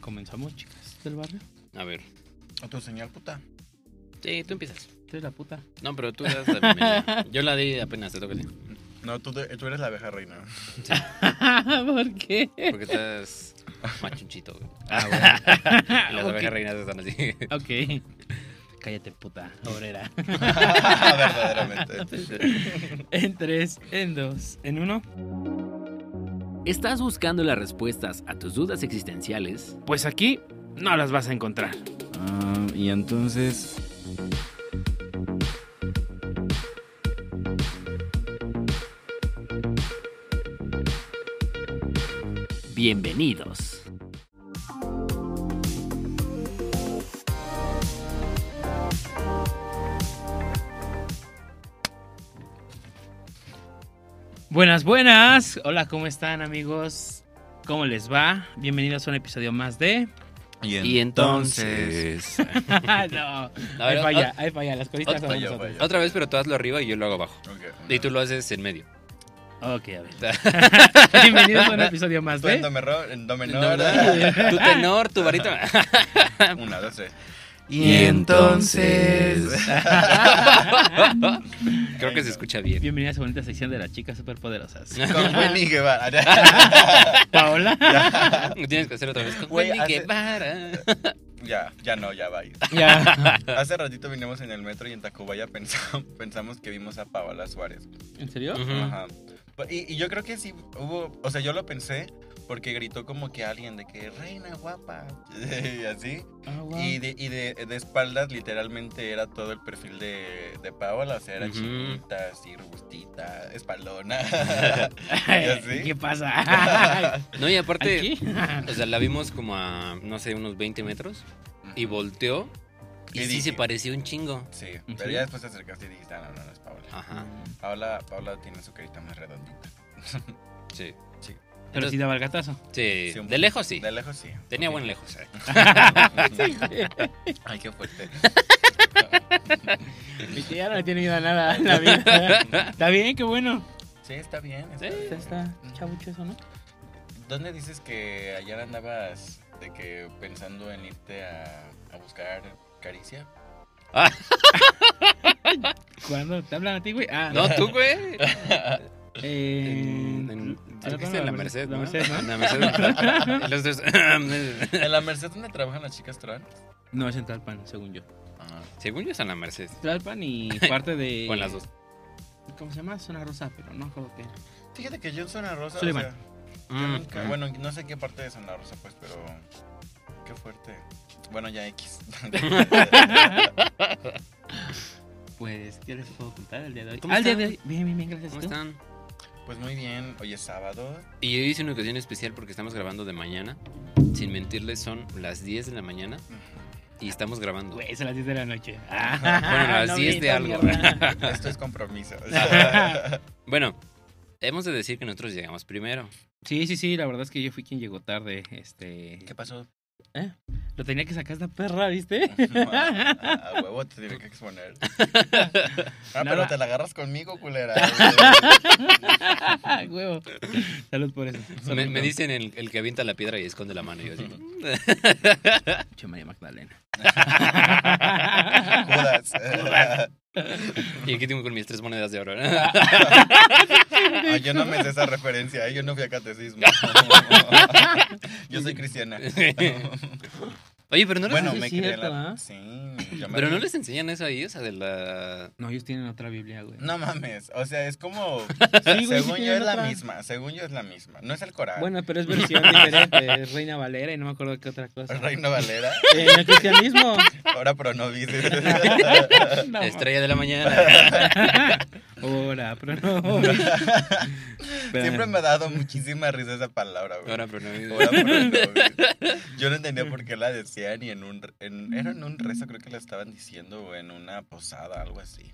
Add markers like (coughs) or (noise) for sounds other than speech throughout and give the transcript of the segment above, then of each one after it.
comenzamos, chicas del barrio. A ver. O tu señal, puta. Sí, tú empiezas. Tú eres la puta. No, pero tú das la bienvenida. Yo la di apenas, te toca a ti. No, tú, tú eres la abeja reina. Ah, ¿Por qué? Porque estás machunchito, güey. (laughs) Y las Ah, Ok. ovejas reinas están así. Ok. Cállate, puta, obrera. (laughs) (laughs) Verdaderamente. (laughs) en tres, en dos, en uno. ¿Estás buscando las respuestas a tus dudas existenciales? Pues aquí no las vas a encontrar. Ah, y entonces. Bienvenidos. Buenas, buenas. Hola, ¿cómo están, amigos? ¿Cómo les va? Bienvenidos a un episodio más de. Y entonces. (laughs) Ah, no, A ver, ahí falla, ahí falla, las coritas otra- son Falló, nosotros. falló. Otra vez, pero tú hazlo arriba y yo lo hago abajo. Ok. Y tú lo haces en medio. Ok, (laughs) a ver. Bienvenidos a un episodio más Tú en do de. menor, en do menor. Tu tenor, tu varito. (laughs) (laughs) Una, dos, tres. Y entonces. Creo que se escucha (laughs) bien. Bienvenidas a bonita sección de las chicas (laughs) superpoderosas. Con Wendy Guevara. (laughs) Paola. Tienes que hacer otra vez. Con Güey, Wendy hace- (laughs) Guevara. ya, ya no, ya va. Ya. Hace ratito vinimos en el metro y en Tacubaya pensamos, pensamos que vimos a Paola Suárez. ¿En serio? Ujú. Ajá. Pero- Y, y yo creo que sí hubo, o sea, yo lo pensé porque gritó como que alguien de que reina guapa (laughs) y así. Ah, wow. (laughs) Y, de, y de, de espaldas literalmente era todo el perfil de, de Paola, o sea, era Ujú. chiquita, así, robustita, espaldona. y así. ¿Qué (laughs) pasa? No, y aparte. ¿Aquí? O sea, la vimos como a, no sé, unos 20 metros. (laughs) Y volteó. Y ¿Qué sí dije? se parecía un chingo. Sí, ¿En pero serio? ya después te acercaste y dijiste, ah, no, no, no es Paola. Ajá, Paola, Paola tiene su carita más redondita. sí. Pero Entonces- sí daba el (laughs) gatazo. (laughs) Sí, Sí, un- de lejos sí. De lejos sí. Tenía Ok. (laughs) buen (laughs) lejos. eh. Ay, qué fuerte. Mi tía no le tiene miedo a nada en la (laughs) vida. Está bien, qué bueno. Sí, está bien. Está Sí. bien. Está chabucho eso, ¿no? ¿Dónde dices que ayer andabas de que pensando en irte a, a buscar caricia? ¿Cuándo? ¿Te hablan a ti, güey? Ah, No, tú, güey. (laughs) Eh, En, en- creo que es en la Merced, Mercedes. ¿no? Ah, La Merced, ¿no? En (laughs) la Merced. (laughs) Y los dos- (laughs) ¿En la Merced donde trabajan las chicas trans? No, es en Tlalpan, según yo. Ah, Según yo es en la Merced. Tlalpan (laughs) y parte de... O en las dos. ¿Cómo se llama? Zona Rosa, pero no creo que... Fíjate que yo en Zona Rosa. o Suleiman. sea, yo Mm, nunca- bueno, no sé qué parte de Zona Rosa, pues, pero. Qué fuerte. Bueno, ya X. Pues, ¿qué les puedo contar el día de hoy? ¿Cómo Al día están? de hoy. Bien, bien, bien, gracias. ¿Cómo ¿tú? están? pues muy bien, hoy es sábado. Y yo hice una ocasión especial porque estamos grabando de mañana. Sin mentirles, son las 10 de la mañana y estamos grabando. Güey, son las 10 de la noche. (laughs) Bueno, Ah, (laughs) las 10 de grita, algo. (laughs) mierda. Esto es compromiso. (laughs) Bueno, hemos de decir que nosotros llegamos primero. Sí, sí, sí, la verdad es que yo fui quien llegó tarde, este... ¿Qué pasó? Lo tenía que sacar esta perra, (laughs) ¿viste? (laughs) A, (laughs) a huevo te tiene que exponer. Ah, pero Nada. te la agarras conmigo, culera. Ah, huevo. Salud por eso. Me, Salud. me dicen el, el que avienta la piedra y esconde la mano. Y yo (laughs) así, "Mm", Pinche María (laughs) Magdalena. Judas. (laughs) y aquí tengo con mis tres monedas de oro. (laughs) Ah, yo no me sé esa referencia, ¿eh? yo no fui a catecismo. yo soy cristiana. Oye, pero no les, bueno, sí es me crié en cierto, la... ¿ah? Sí, yo me- pero no les enseñan eso ahí, o sea, de la... No, ellos tienen otra Biblia, güey. No mames, o sea, es como... Sí, güey, sí según yo tienen es la otra. misma, según yo es la misma. No es el Corán. Bueno, pero es versión diferente. Es Reina Valera y no me acuerdo qué otra cosa. Reina Valera, Eh, el (laughs) cristianismo. ahora pero no dices. (laughs) No. Estrella de la (laughs) mañana. (laughs) Ahora, pero no. Pero- Siempre me ha dado muchísima risa esa palabra, güey. Ahora, pero no- Ahora pero no dices. Yo no entendía por qué la decían y en un... En, era en un rezo, creo que la estaban diciendo, o en una posada, algo así.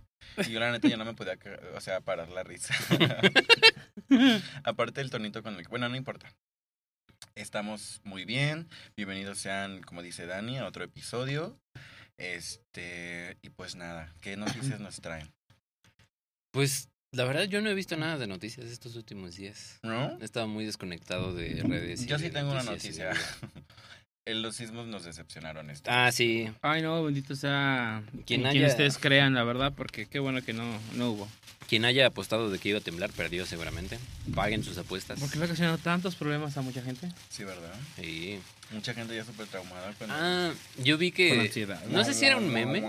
Y yo la neta ya no me podía, ca- o sea, parar la (laughs) risa. Aparte del tonito con el que... Bueno, no importa. Estamos muy bien. Bienvenidos sean, como dice Dani, a otro episodio. Este... Y pues nada, ¿qué noticias nos traen? (laughs) Pues la verdad yo no he visto nada de noticias estos últimos días. ¿No? He estado muy desconectado de redes. y Yo sí de tengo una noticias y de noticia. vida. (laughs) eh, los sismos nos decepcionaron. Este. Ah, sí. Ay, no, bendito sea Quien quien, haya- ustedes crean, la verdad, porque qué bueno que no, no hubo. Quien haya apostado de que iba a temblar perdió seguramente. Paguen sus apuestas. Porque le ha ocasionado tantos problemas a mucha gente. Sí, ¿verdad? Sí. Mucha gente ya súper traumada con Ah, yo vi Con que... ansiedad. No sé si era un meme.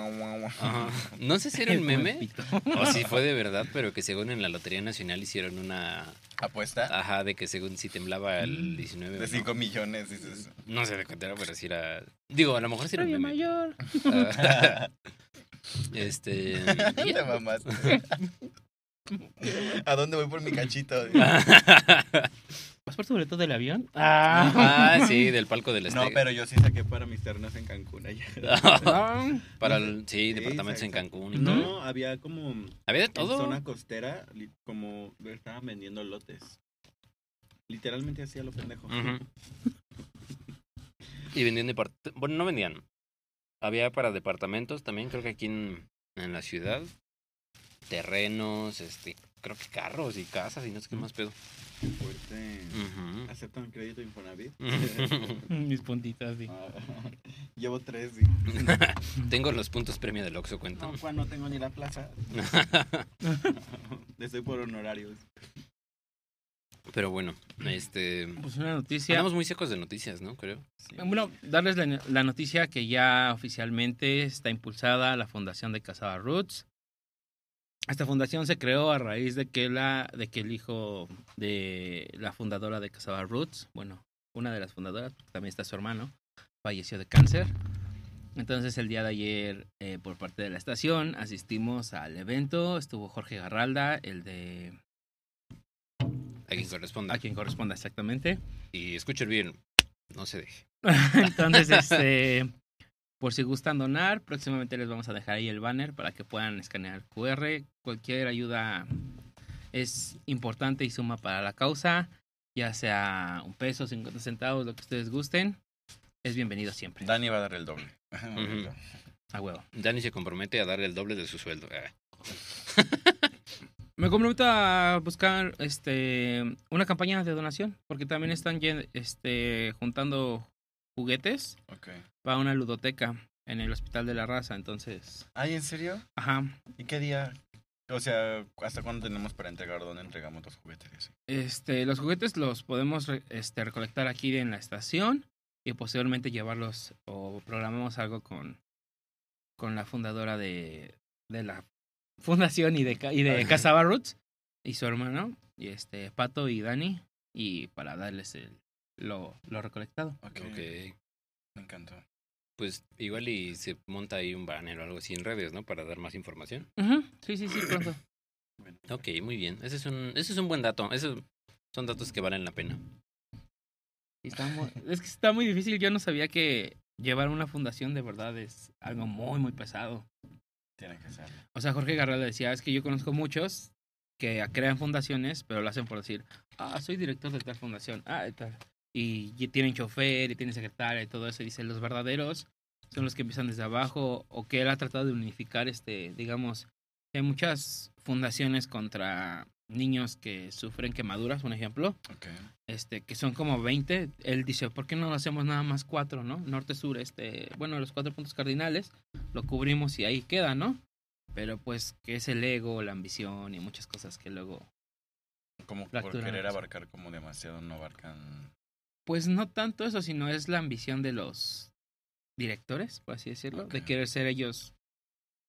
Ajá. No sé si (laughs) era un meme o si fue de verdad, pero que según en la Lotería Nacional hicieron una... Apuesta Ajá, de que según si temblaba el 19... o de no. 5 millones, dices. No sé de cuánto era, pero si era... Digo, a lo mejor si era un meme. mayor. Ah, este... Te mamaste. (laughs) ¿A dónde voy por mi cachito? ¿Vas por tu boleto del avión? (laughs) Ah, sí, del palco del No, Azteca. pero yo sí saqué para mis ternos en Cancún allá. Para el, sí, Sí, departamentos en exacto. Cancún. y ¿No? todo. No, había como Había de en todo. zona costera, li- como estaban vendiendo lotes. Literalmente hacía lo pendejo. Ujú. (laughs) Y vendían departamentos. Bueno, no vendían. Había para departamentos también, creo que aquí en, en la ciudad. Terrenos, este, creo que carros y casas y no sé qué más pedo. Fuerte. Ujú. ¿Aceptan crédito Infonavit? Mis puntitas, sí. (laughs) Ah, Llevo tres. (laughs) Tengo los puntos premio del Oxxo, cuenta. No, Juan, no tengo ni la (laughs) plaza. Estoy por honorarios. Pero bueno, este. Pues una noticia. Estamos muy secos de noticias, ¿no? Creo. Bueno, darles la, la noticia que ya oficialmente está impulsada la Fundación de Casada Roots. Esta fundación se creó a raíz de que, la, de que el hijo de la fundadora de Casada Roots, bueno, una de las fundadoras, porque también está su hermano, falleció de cáncer. Entonces el día de ayer, eh, por parte de la estación, asistimos al evento. Estuvo Jorge Garralda, el de... A quien corresponda. A quien corresponda exactamente. Y escuchen bien. No se deje. Entonces, este, por si gustan donar, próximamente les vamos a dejar ahí el banner para que puedan escanear el QR. Cualquier ayuda es importante y suma para la causa, ya sea un peso, 50 centavos, lo que ustedes gusten. Es bienvenido siempre. Dani va a dar el doble. Ujú. A huevo. Dani se compromete a darle el doble de su sueldo. Ah. Me comprometo a buscar este una campaña de donación, porque también están llen- este, juntando juguetes Ok. para una ludoteca en el Hospital de la Raza. Entonces, Ay, ¿en serio? ajá, ¿Y qué día? O sea, ¿hasta cuándo tenemos para entregar? ¿Dónde entregamos los juguetes? y así? Este, los juguetes los podemos re- este, recolectar aquí en la estación y posteriormente llevarlos o programamos algo con, con la fundadora de, de la fundación y de, ca- y de Casaba Roots y su hermano, y este, Pato y Dani, y para darles el- lo, lo recolectado. Ok. Me encantó. Pues igual y se monta ahí un banner o algo así en redes, ¿no? Para dar más información. Ujú, Sí, sí, sí, pronto. Ok, muy bien. Ese es un, ese es un buen dato. Esos son datos que valen la (laughs) pena. (coughs) Y está muy- es que está muy difícil, yo no sabía que llevar una fundación de verdad es algo muy, muy pesado. Tiene que ser. O sea, Jorge Garralda decía, es que yo conozco muchos que crean fundaciones, pero lo hacen por decir, ah, soy director de tal fundación, ah, de tal. Y y tienen chofer, y tienen secretaria y todo eso. Y dice, los verdaderos son los que empiezan desde abajo, o que él ha tratado de unificar, este, digamos, hay muchas fundaciones contra niños que sufren quemaduras, un ejemplo, Ok. este, que son como 20. Él dice, ¿por qué no hacemos nada más cuatro, no? Norte, sur, este, bueno, los cuatro puntos cardinales, lo cubrimos y ahí queda, ¿no? Pero pues que es el ego, la ambición y muchas cosas que luego... Como por Fractura. querer abarcar como demasiado, no abarcan. Pues no tanto eso, sino es la ambición de los directores, por así decirlo, de Ok. querer ser ellos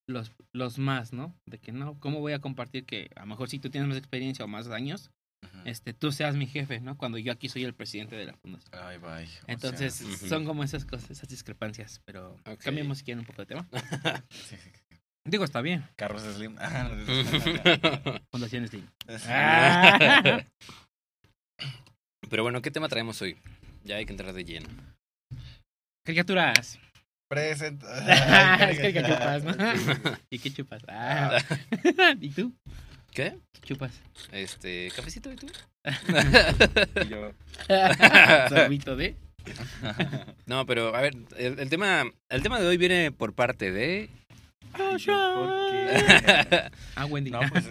los, los más, ¿no? De que no, ¿cómo voy a compartir que a lo mejor si tú tienes más experiencia o más años, Ujú. este, tú seas mi jefe, ¿no? Cuando yo aquí soy el presidente de la fundación. Ay, bye. o sea, Entonces, ujú. son como esas cosas, esas discrepancias, pero Ok. cambiemos si quieren un poco de tema. sí, sí. Digo, está bien, Carlos Slim. (laughs) Ah, Fundación Slim. (laughs) Ah. Pero bueno, ¿qué tema traemos hoy? Ya hay que entrar de lleno. Caricaturas. Presenta. (laughs) es (laughs) que chupas, ¿no? ¿Y qué chupas? Ah. ¿Y tú? ¿Qué? ¿Qué (laughs) chupas? Este, ¿cafecito y tú? Y yo, Sorbito de... no, pero a ver, el, el tema, el tema de hoy viene por parte de... y yo, ¿por qué? Ah, Wendy. (laughs) No, pues.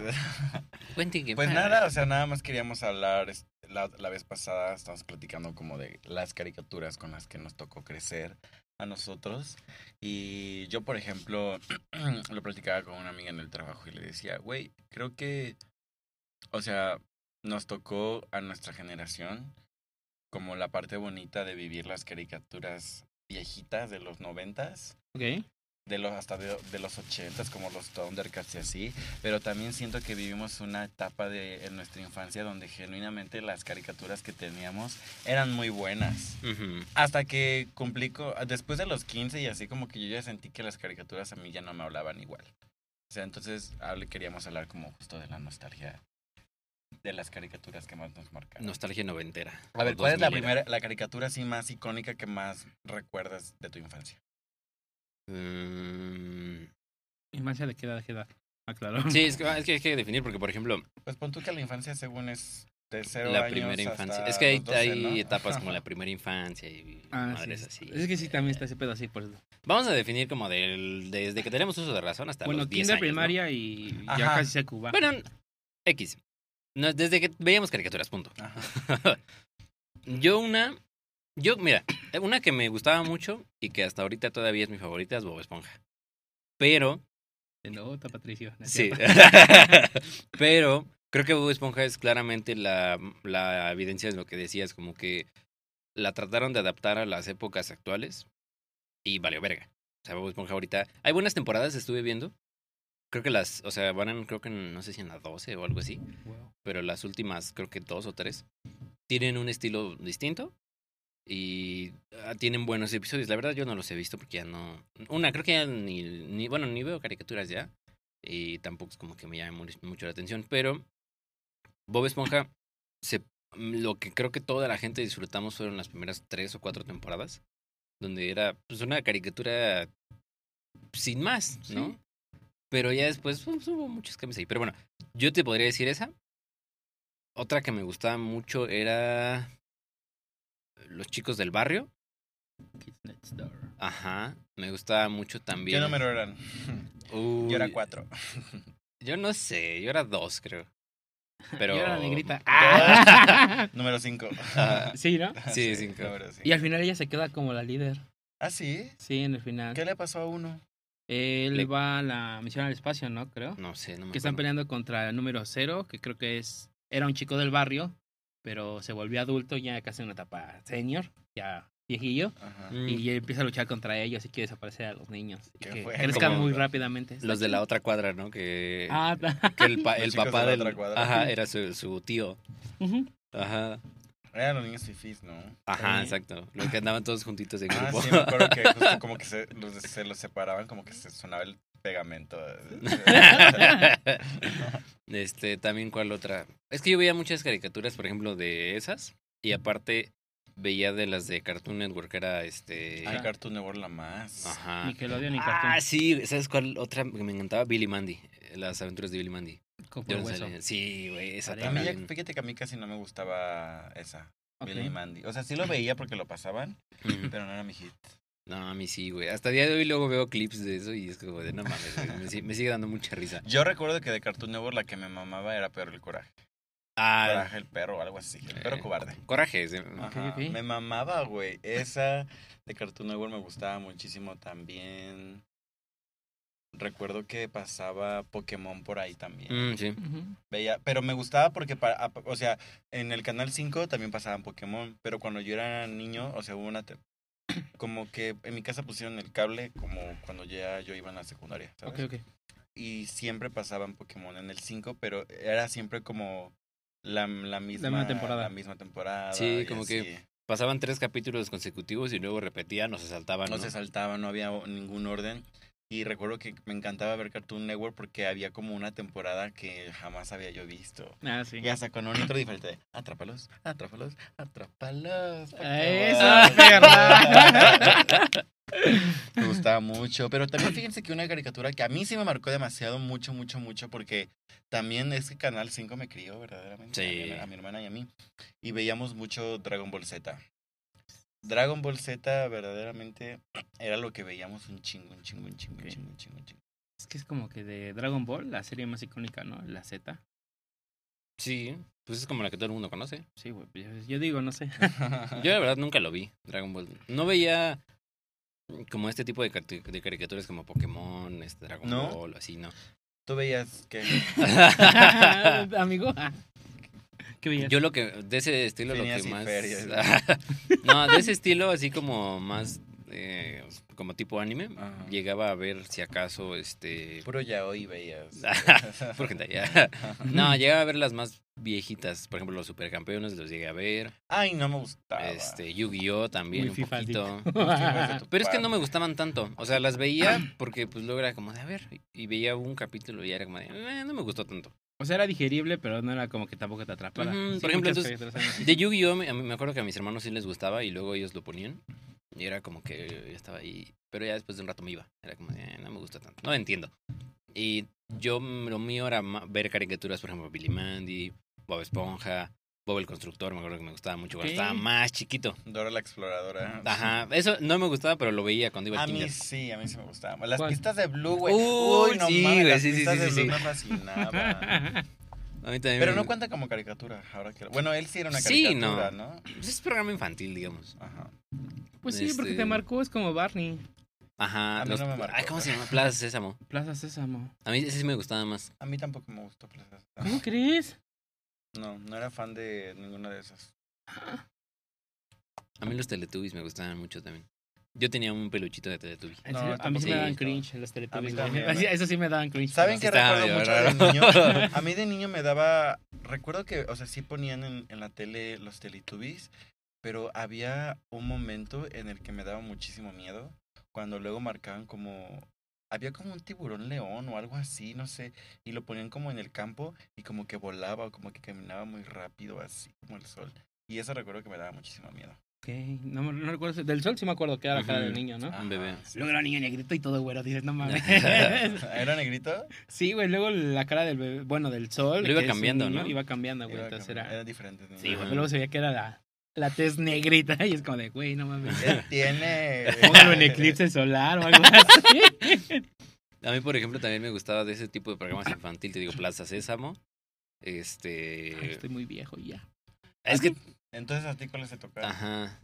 Cuenten que Pues para. nada, o sea, nada más queríamos hablar. es- La, la vez pasada estábamos platicando como de las caricaturas con las que nos tocó crecer a nosotros. Y yo, por ejemplo, (clears throat) lo platicaba con una amiga en el trabajo y le decía, güey, creo que, o sea, nos tocó a nuestra generación como la parte bonita de vivir las caricaturas viejitas de los noventas Ok. de los hasta de, de los ochentas como los Thundercats y así, pero también siento que vivimos una etapa de en nuestra infancia donde genuinamente las caricaturas que teníamos eran muy buenas. Ujú. Hasta que cumplí co- después de los 15 y así como que yo ya sentí que las caricaturas a mí ya no me hablaban igual. O sea, entonces hable- queríamos hablar como justo de la nostalgia de las caricaturas que más nos marcaron. Nostalgia noventera. A ver, O ¿cuál es la 2000era. primera la caricatura así más icónica que más recuerdas de tu infancia? Mm, Infancia de qué edad, de qué edad. Aclaró. Sí, es que, ah, es que hay que definir, porque por ejemplo, Pues pon tú que la infancia según es de cero la años primera hasta infancia. Es que hay, los 12, hay ¿no? etapas (laughs) como la primera infancia y Ah, madres sí. así. eh, Es que sí, también está ese pedo así. Por... eso. Vamos a definir como del, desde que tenemos uso de razón hasta Bueno, los 10 kinder, años. ¿no? primaria y ya Ajá. casi se cuba. Bueno, X. No, desde que veíamos caricaturas, punto. Ajá. (laughs) Yo una... Yo, mira, una que me gustaba mucho y que hasta ahorita todavía es mi favorita es Bob Esponja. Pero De nota, Patricio. ¿no es Sí. cierto? (laughs) Pero creo que Bob Esponja es claramente la, la evidencia de lo que decías, como que la trataron de adaptar a las épocas actuales y valió verga. O sea, Bob Esponja ahorita. Hay buenas temporadas, estuve viendo. Creo que las, o sea, van en, creo que en- no sé si en la 12 o algo así, Wow. pero las últimas, creo que dos o tres, tienen un estilo distinto y ah, tienen buenos episodios. La verdad yo no los he visto porque ya no... Una, creo que ya ni, ni- bueno, ni veo caricaturas ya y tampoco es como que me llame mu- mucho la atención, pero Bob Esponja, se, mm, lo que creo que toda la gente disfrutamos fueron las primeras tres o cuatro temporadas, donde era pues una caricatura sin más, ¿no? Pero ya después pues, hubo muchos cambios ahí. Pero bueno, yo te podría decir esa. Otra que me gustaba mucho era Los chicos del barrio. Kids Next Door. Ajá, me gustaba mucho ¿Qué también. número eran? Uy, Yo era (laughs) cuatro. Yo no sé, yo era dos, creo. Pero Y ahora negrita. (laughs) número cinco. (laughs) Ah, Sí, ¿no? Sí, (laughs) cinco. número Y cinco. al final ella se queda como la líder. ¿Ah, sí? Sí, en el final. ¿Qué le pasó a uno? Él Le- va a la misión al espacio, ¿no? Creo. no sé, no Mm, me que están acuerdo. peleando contra el número cero, que creo que es era un chico del barrio, pero se volvió adulto ya casi en una etapa senior, ya viejillo, Ajá. Mm, y empieza a luchar contra ellos y quiere desaparecer a los niños. y Qué que fuerte. crezcan Como muy rápidamente. Los de la otra cuadra, ¿no? Que, Ah, (laughs) ta- (laughs) que el, pa- Los el chicos papá de la del... otra cuadra. Ajá, era su, su tío. ujú. Ajá, Eran los niños (laughs) fifís, ¿no? ajá, Sí. exacto. Los que andaban todos juntitos en Ah, grupo. sí, me acuerdo que justo como que se los, se los separaban, como que se sonaba el pegamento. (laughs) eh, (laughs) este, también cuál otra. Es que yo veía muchas caricaturas, por ejemplo, de esas. Y aparte, veía de las de Cartoon Network, era este. Ay, Cartoon Network la más. Ajá. Nickelodeon y Ah, Cartoon. sí, ¿sabes cuál otra que me encantaba? Billy Mandy. eh, Las aventuras de Billy Mandy. Copo Yo de no hueso. sabía- Sí, güey, esa Arena. A mí ya- también. fíjate que a mí casi no me gustaba esa, Ok. Billy y Mandy. O sea, sí lo veía porque lo pasaban, Ujú. pero no era mi hit. Mm. No, a mí sí, güey. Hasta día de hoy luego veo clips de eso y es como de no mames, güey, Me, si- me sigue dando mucha risa. Yo recuerdo que de Cartoon Network la que me mamaba era Perro el Coraje. Ah, Coraje el perro o algo así. El Eh, perro cobarde. coraje. sí. Ajá, ok. Me mamaba, güey. Esa de Cartoon Network me gustaba muchísimo también. Recuerdo que pasaba Pokémon por ahí también. Mm, sí. Ujú. Veía, pero me gustaba porque, para, ap- o sea, en el Canal 5 también pasaban Pokémon, pero cuando yo era niño, o sea, hubo (coughs) una... te- Como que en mi casa pusieron el cable como cuando ya yo iba en la secundaria, ¿sabes? Ok, ok. y siempre pasaban Pokémon en el 5, pero era siempre como la, la misma misma temporada. La misma temporada. Sí, y como así. que Pasaban tres capítulos consecutivos y luego repetían o se saltaban. No ¿no? se saltaba, no había ningún orden. Y recuerdo que me encantaba ver Cartoon Network porque había como una temporada que jamás había yo visto. Ah, sí. Y hasta con un intro diferente de Atrápalos, atrápalos, atrápalos. Eso es verdad. Me gustaba mucho. Pero también fíjense que una caricatura que a mí sí me marcó demasiado, mucho, mucho, mucho, porque también ese Canal 5 me crió verdaderamente. Sí. A, mi, a mi hermana y a mí. Y veíamos mucho Dragon Ball Z. Dragon Ball Z verdaderamente era lo que veíamos un chingo, un chingo, un chingo, un Ok. chingo, un chingo, un chingo. Es que es como que de Dragon Ball, la serie más icónica, ¿no? La Z. Sí, pues es como la que todo el mundo conoce. Sí, güey. pues yo- Yo digo, no sé. Ah. Yo la verdad nunca lo vi, Dragon Ball. No veía como este tipo de, cati- de caricaturas como Pokémon, este Dragon ¿No? Ball, o así, ¿no? Tú veías que (laughs) Amigo. Qué bien. Yo lo que, de ese estilo lo Phineas que y más... Fer y así. (laughs) no, de ese estilo así como más, eh, como tipo anime, Ajá. llegaba a ver si acaso, este... puro ya hoy veías. Pues, Por gente allá. (laughs) No, llegaba a ver las más viejitas, por ejemplo, los supercampeones los llegué a ver, Ay, no me gustaba. (laughs) este, Yu-Gi-Oh también Muy un FIFA addict. poquito. (laughs) Chicos de tu Pero es que no me padre. gustaban tanto. O sea, las (clears throat) veía porque pues luego era como de a ver. Y veía un capítulo y era como de, "Eh, no me gustó tanto. O sea, era digerible, pero no era como que tampoco te atrapara. Ujú, Sí, por ejemplo, muchas entonces- caricaturas eran así. De Yu-Gi-Oh! me, a mí- me acuerdo que a mis hermanos sí les gustaba y luego ellos lo ponían. Y era como que yo estaba ahí. Pero ya después de un rato me iba. Era como de, "Eh, no me gusta tanto. No entiendo. Y yo mm, lo mío era ma- ver caricaturas, por ejemplo, Billy Mandy, Bob Esponja, Bob el Constructor. Me acuerdo que me gustaba mucho cuando Ok. estaba más chiquito. Dora la exploradora. Ajá. Eso no me gustaba, pero lo veía cuando iba Ah, A al mí kinder. sí, a mí sí me gustaba. Las ¿Cuál? pistas de Blue, güey. Uy, Uy, no sí, mames, güey, las sí, sí, pistas sí, de sí. Blue (laughs) me fascinaban. (laughs) A mí también Pero me- no cuenta como caricatura, ahora que... Bueno, él sí era una Sí, caricatura, no. ¿no? Pues es programa infantil, digamos. Ajá. Pues sí, porque Este- te marcó, es como Barney. Ajá. A mí los- no me marcó. Ay, ¿cómo se llama? Plaza Sésamo. Plaza Sésamo. A mí ese sí me gustaba más. A mí tampoco me gustó Plaza Sésamo. ¿Cómo crees? No, no era fan de ninguna de esas. A mí los Teletubbies me gustaban mucho también. Yo tenía un peluchito de Teletubbies. En No, serio, a mí tampoco sí me me daban gustó. cringe los teletubbies. güey. también, Así- güey. Eso sí me daban cringe. ¿Saben Sí qué estaba medio recuerdo mucho raro. de niño? A mí de niño me daba... Recuerdo que, o sea, sí ponían en, en la tele los Teletubbies, pero había un momento en el que me daba muchísimo miedo cuando luego marcaban como... Había como un tiburón león o algo así, no sé, y lo ponían como en el campo y como que volaba o como que caminaba muy rápido, así como el sol. Y eso recuerdo que me daba muchísimo miedo. Ok, no, me- no recuerdo. Del sol sí me acuerdo que era la cara del Ujú. niño, ¿no? Un bebé. sí. Ah, Luego era niño negrito y todo güero. Dices, no mames. ¿Era negrito? (laughs) sí, güey. Luego la cara del bebé, bueno, del sol. Lo iba que es un cambiando, niño, ¿no? Iba cambiando, güey. Era, Entonces como- era. era diferente. ¿no? Sí, güey. Ajá. pero Luego se veía que era la, la tez negrita y es como de, güey, no mames. (laughs) Él tiene... Póngalo (laughs) en eclipse solar o algo (laughs) así. A mí, por ejemplo, también me gustaba de ese tipo de programas infantil. Te digo, Plaza Sésamo. Ah, Este. Ay, Estoy muy viejo ya. Es que. Entonces, ¿a ti cuáles se tocaron? Ajá.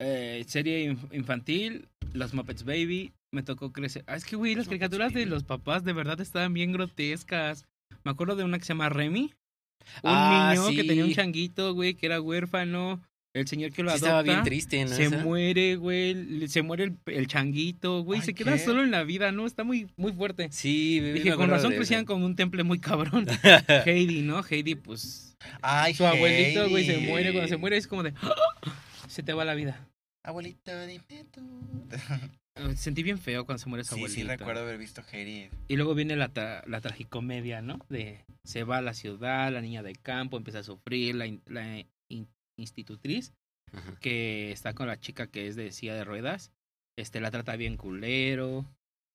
eh, serie inf- infantil, Los Muppets Baby, me tocó crecer. Ah, es que, güey, las Los Muppets caricaturas de Baby. los papás de verdad estaban bien grotescas. Me acuerdo de una que se llama Remy. Un Ah, niño que tenía un sí. changuito, güey, que era huérfano. El señor que lo Sí adopta. estaba bien triste, ¿no? se Esa. muere, güey. le- Se muere el, el changuito, güey. Ay, Se queda ¿qué? solo en la vida, ¿no? Está muy, muy fuerte. Sí, bebé. Dije, me con acuerdo razón de crecían ese. como un temple muy (laughs) cabrón. Heidi, ¿no? Heidi, pues. Ay, Su abuelito, güey, se Heidi. muere. Cuando se muere es como de. "Ah, Se te va la vida. Abuelito, dime (laughs) tú. Sentí bien feo cuando se muere su Sí, abuelita. sí, recuerdo haber visto Heidi. Y luego viene la, tra- la tragicomedia, ¿no? De se va a la ciudad, la niña de campo empieza a sufrir, la, in- la in- institutriz Ajá. que está con la chica que es de silla de ruedas, este la trata bien culero,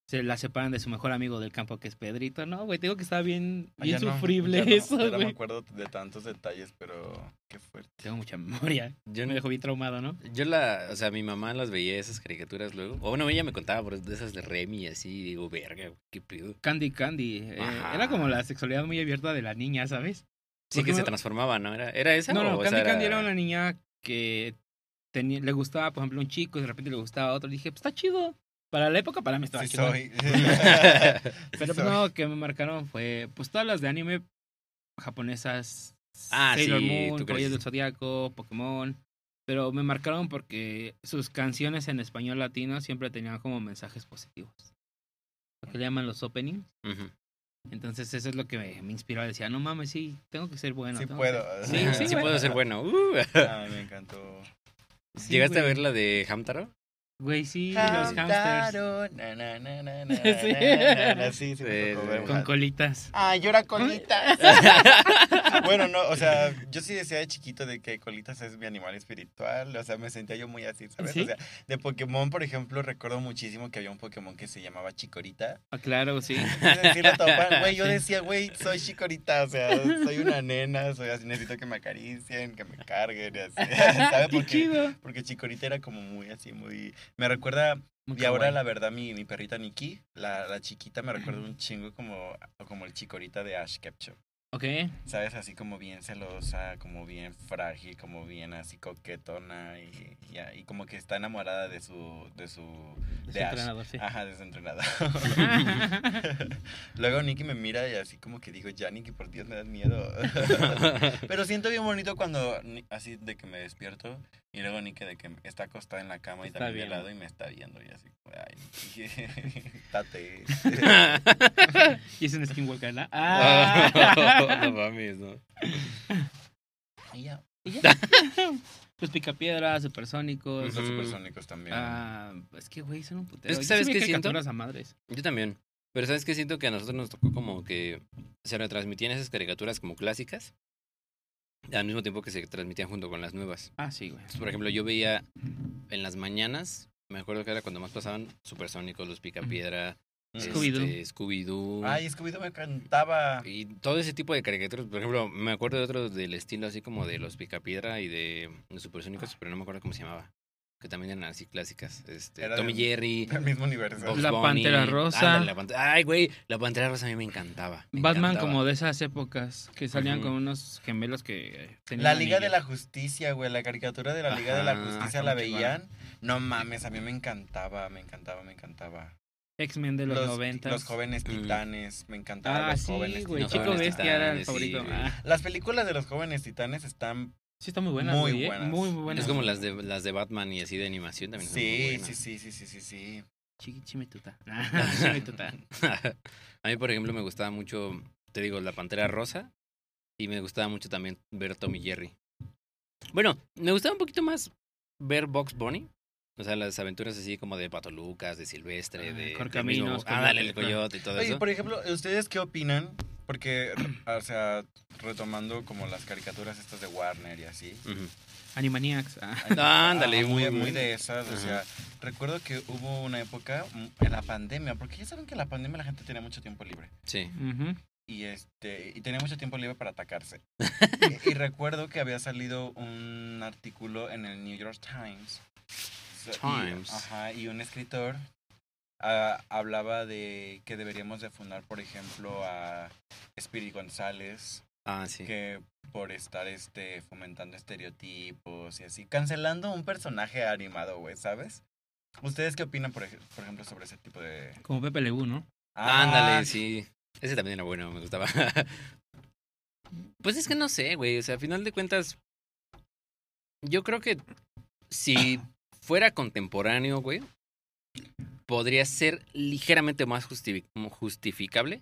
se la separan de su mejor amigo del campo que es Pedrito, ¿no? Güey, te digo que está bien, Ay, bien Ah, ya no, sufrible ya no, eso, ya güey. no me acuerdo de tantos detalles, pero qué fuerte. Tengo mucha (laughs) memoria, Yo, me dejó bien traumado, ¿no? yo la. O sea, mi mamá las veía esas caricaturas luego. O bueno, ella me contaba por de esas de Remy y así. y digo, verga, güey, qué pedo. Candy Candy, eh, Ajá. era como la sexualidad muy abierta de la niña, ¿sabes? Sí, Porque que se me- transformaba, ¿no? ¿Era, ¿era esa? No, no, o Candy esa Candy era (laughs) una niña que tenía, le gustaba, por ejemplo, un chico y de repente le gustaba otro. Dije, pues está chido. Para la época, para mí estaba Sí chido. (laughs) soy. Pero pues, no, que me marcaron fue, pues todas las de anime japonesas. Ah, Sailor sí, Moon, Caballeros tú crees. del Zodiaco, Pokémon. Pero me marcaron porque sus canciones en español latino siempre tenían como mensajes positivos. Lo que le llaman los openings. Ujú. Entonces eso es lo que me, me inspiró. Decía, no mames, sí, tengo que ser bueno. (laughs) Sí tengo que ser- puedo. Sí, sí, güey. (laughs) puedo ser bueno. Uh. Ay, me encantó. Sí, ¿Llegaste a güey. ver la de Hamtaro? Güey, sí, los hamsters. Hamtaro, na, na, na, na, na, (laughs) Sí. na, na. Sí, sí, me Sí, tocó sí. ver. Con colitas. Ay, yo era colitas. (laughs) bueno, no, o sea, yo sí decía de chiquito de que colitas es mi animal espiritual. O sea, me sentía yo muy así, ¿sabes? ¿Sí? O sea, de Pokémon, por ejemplo, recuerdo muchísimo que había un Pokémon que se llamaba Chicorita. Ah, claro, sí. Es decir, (laughs) lo topaban. Güey, yo Sí. decía, güey, soy Chicorita. O sea, soy una nena, soy así, necesito que me acaricien, que me carguen y así. (laughs) (laughs) ¿Sabes Qué por qué? chido. Porque Chicorita era como muy así, muy. Me recuerda y ahora la verdad mi, mi perrita Nikki, la, la chiquita me recuerda un chingo como, como el chicorita de Ash Ketchum. Ok. ¿Sabes? Así como bien celosa, como bien frágil, como bien así coquetona y, y, y como que está enamorada de su... De su Es de Ash. entrenador, sí. Ajá, desentrenada. (laughs) Ah. Luego Nicky me mira y así como que digo, ya Nicky, por Dios me das (laughs) miedo. Pero siento bien bonito cuando Ni- así de que me despierto y luego Nicky de que está acostada en la cama y Está también de viendo. lado y me está viendo y así, ay, Nicky, (laughs) (laughs) tate. (laughs) y es un skinwalker, (laughs) Ah. ¿verdad? (laughs) no mames, ¿no? Y ya. (laughs) Los Pues picapiedras, supersónicos. Los Ujú. supersónicos también. Ah, es que, güey, son un putero. Es que, Yo ¿sabes sí vi qué siento? caricaturas a madres. Yo también. Pero ¿sabes qué? Siento que a nosotros nos tocó como que se retransmitían esas caricaturas como clásicas al mismo tiempo que se transmitían junto con las nuevas. Ah, sí, güey. Entonces, por ejemplo, yo veía en las mañanas, me acuerdo que era cuando más pasaban Supersónicos, Los Picapiedra, Scooby-Doo. este, Scooby-Doo. Mm. Ay, Scooby-Doo me encantaba. Y todo ese tipo de caricaturas, por ejemplo, me acuerdo de otros del estilo así como de los Picapiedra y de los Supersónicos, pero no me acuerdo cómo se llamaba. Que también eran así clásicas. Este, Era Tommy de- Jerry. El mismo universo. Bugs La Bunny. Pantera Rosa. Ándale, la Pante- Ay, güey, la Pantera Rosa a mí me encantaba. me Batman encantaba. como de esas épocas que salían Ujú. con unos gemelos que eh, tenían La Liga de anillo. la Justicia, güey, la caricatura de la Liga de la Ajá, Justicia está la muy chingona. veían. No mames, a mí me encantaba, me encantaba, me encantaba. X-Men de los, 90. Los jóvenes Mm. titanes, me encantaban Ah, los jóvenes sí, güey. Los Chico jóvenes Bestia era el titanes, sí, favorito. güey. Ah, Las películas de los jóvenes titanes están. Sí, está muy buena. Muy güey, eh. buenas. Muy, muy buena. Es como las de, las de Batman y así de animación también. son muy Sí, buenas. sí, sí, sí, sí, sí, sí. (laughs) Chiquichimetuta. Chimetuta. (laughs) a mí, por ejemplo, me gustaba mucho, te digo, la Pantera Rosa. Y me gustaba mucho también ver Tommy Jerry. Bueno, me gustaba un poquito más ver Box Bunny. O sea, las aventuras así como de Pato Lucas, de Silvestre, Ah, de... del Correcaminos, mismo- Coyote, Ah, dale, el claro. coyote y todo Oye, eso. por ejemplo, ¿ustedes qué opinan? Porque, o sea, retomando como las caricaturas estas de Warner y así. Ujú. Animaniacs. ah. Ah, Ándale, Ajá, muy, muy, muy muy de esas. O Ajá. sea, recuerdo que hubo una época mm, en la pandemia, porque ya saben que en la pandemia la gente tenía mucho tiempo libre. Sí. Ujú. Y este y tenía mucho tiempo libre (laughs) para atacarse. y, y recuerdo que había salido un artículo en el New York Times. So- y- Times. ajá, y un escritor ah, hablaba de que deberíamos de fundar, por ejemplo, a Spirit González, Ah, sí. que por estar este fomentando estereotipos y así, cancelando un personaje animado, güey, ¿sabes? ¿Ustedes qué opinan, por, ej- por ejemplo, sobre ese tipo de... Como Pepe Lebu, ¿no? Ándale, Ah, sí. Ese también era bueno, me gustaba. (laughs) pues es que no sé, güey. O sea, a final de cuentas, yo creo que si fuera contemporáneo, güey, podría ser ligeramente más justifi- como justificable.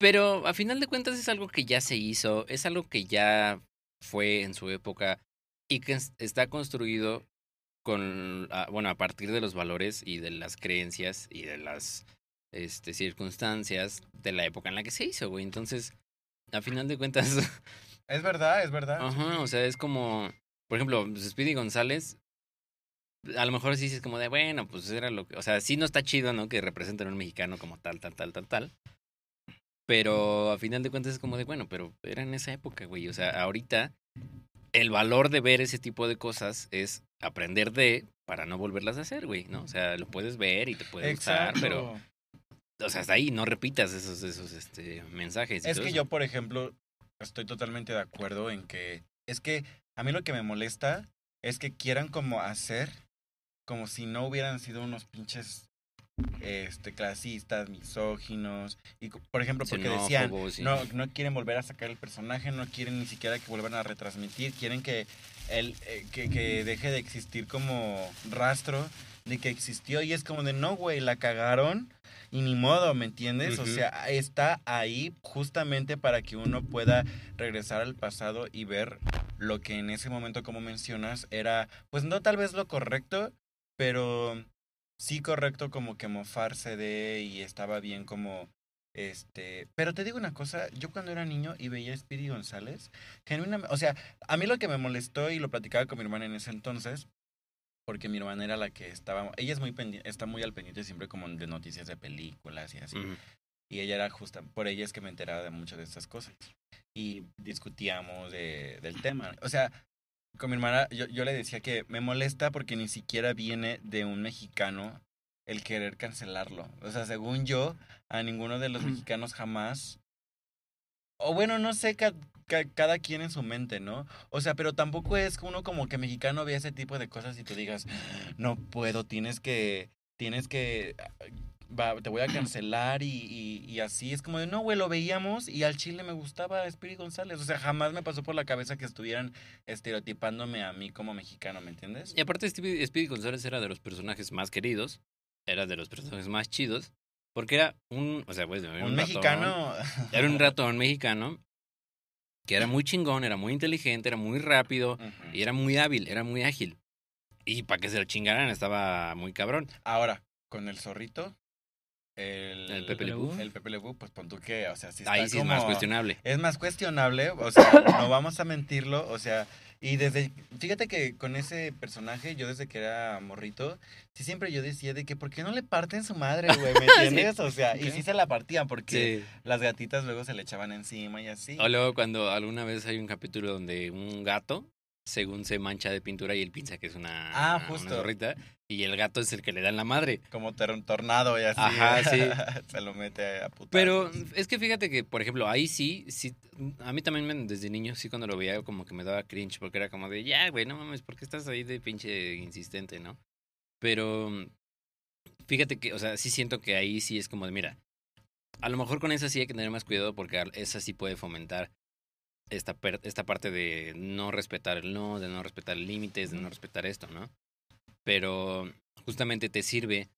Pero a final de cuentas es algo que ya se hizo, es algo que ya fue en su época y que es- está construido con, ah, bueno, a partir de los valores y de las creencias y de las este, circunstancias de la época en la que se hizo, güey. Entonces, a final de cuentas, (laughs) Es verdad, es verdad. ajá, o sea, es como, por ejemplo, pues, Speedy González, a lo mejor sí es como de, bueno, pues era lo que, o sea, sí no está chido, ¿no? Que representen a un mexicano como tal, tal, tal, tal, tal. Pero a final de cuentas es como de, bueno, pero era en esa época, güey. O sea, ahorita el valor de ver ese tipo de cosas es aprender de para no volverlas a hacer, güey, ¿no? O sea, lo puedes ver y te puede gustar, pero o sea, hasta ahí no repitas esos, esos este, mensajes. y Es todo que eso. yo, por ejemplo, estoy totalmente de acuerdo en que... Es que a mí lo que me molesta es que quieran como hacer como si no hubieran sido unos pinches este clasistas, misóginos y co- por ejemplo porque decían Xenófobos y- No, no quieren volver a sacar el personaje, no quieren ni siquiera que vuelvan a retransmitir, quieren que, él, eh, que, que deje de existir como rastro de que existió y es como de no, güey, la cagaron y ni modo, ¿me entiendes? O Ujú. sea, está ahí justamente para que uno pueda regresar al pasado y ver lo que en ese momento, como mencionas, era, pues no tal vez lo correcto, pero sí correcto como que mofarse de y estaba bien como este, pero te digo una cosa, yo cuando era niño y veía a Speedy González, genuinamente, o sea, a mí lo que me molestó y lo platicaba con mi hermana en ese entonces, porque mi hermana era la que estaba, ella es muy pendi- está muy al pendiente siempre como de noticias de películas y así. Ujú. Y ella era justa, por ella es que me enteraba de muchas de estas cosas. Y discutíamos de, del tema. O sea, con mi hermana yo, yo le decía que me molesta porque ni siquiera viene de un mexicano el querer cancelarlo. O sea, según yo, a ninguno de los mexicanos jamás O bueno, no sé, ca- ca- cada quien en su mente, ¿no? O sea, pero tampoco es que uno como que mexicano vea ese tipo de cosas y tú digas, no puedo, tienes que, tienes que, ah, va, te voy a cancelar y, y- y así. Es como de, no, güey, lo veíamos y al chile me gustaba Spirit González. O sea, jamás me pasó por la cabeza que estuvieran estereotipándome a mí como mexicano, ¿me entiendes? Y aparte, Stevie- Speedy González era de los personajes más queridos, era de los personajes más chidos, porque era un. O sea, pues, era Un ratón, mexicano... Era un ratón mexicano que era muy chingón, era muy inteligente, era muy rápido Ujú. y era muy hábil, era muy ágil. Y para que se lo chingaran estaba muy cabrón. Ahora, con el zorrito, el, El Pepe Le Pew. el Pepe Le Pew, pues pon tú que, o sea, sí está Ahí sí es más como- cuestionable. Es más cuestionable, o sea, no vamos a mentirlo, o sea, y desde, fíjate que con ese personaje, yo desde que era morrito, sí siempre yo decía de que, ¿por qué no le parten su madre, (laughs) güey? ¿Me entiendes? O sea, y sí se la partían porque Sí. las gatitas luego se le echaban encima y así. O luego cuando alguna vez hay un capítulo donde un gato, según se mancha de pintura y él piensa que es una, Ah, una justo. zorrita, y el gato es el que le dan la madre. Como ter- tornado y así. Ajá, sí. (laughs) se lo mete a puta. Pero es que fíjate que, por ejemplo, ahí sí, sí a mí también me- desde niño sí cuando lo veía como que me daba cringe porque era como de, ya, güey, no mames, ¿por qué estás ahí de pinche insistente, no? Pero mm, fíjate que, o sea, sí siento que ahí sí es como de, mira, a lo mejor con esa sí hay que tener más cuidado porque al- esa sí puede fomentar esta, per- esta parte de no respetar el no, de no respetar límites, de no respetar esto, ¿no? Pero justamente te sirve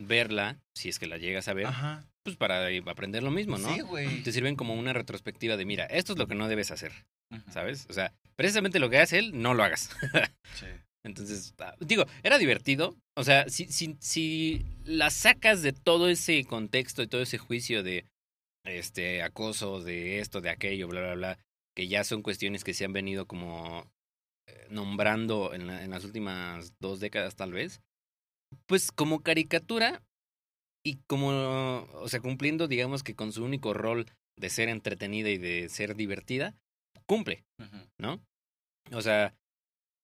verla, si es que la llegas a ver, Ajá. pues para eh, aprender lo mismo, ¿no? Sí, güey. Te sirven como una retrospectiva de, mira, esto es lo que no debes hacer, Ujú. ¿sabes? O sea, precisamente lo que hace él, no lo hagas. Sí. Entonces, ah, digo, era divertido. O sea, si, si, si la sacas de todo ese contexto y todo ese juicio de este acoso, de esto, de aquello, bla, bla, bla, que ya son cuestiones que se han venido como eh, nombrando en, la- en las últimas dos décadas tal vez, pues como caricatura y como, o sea, cumpliendo, digamos que con su único rol de ser entretenida y de ser divertida, cumple. Ujú. ¿no? O sea,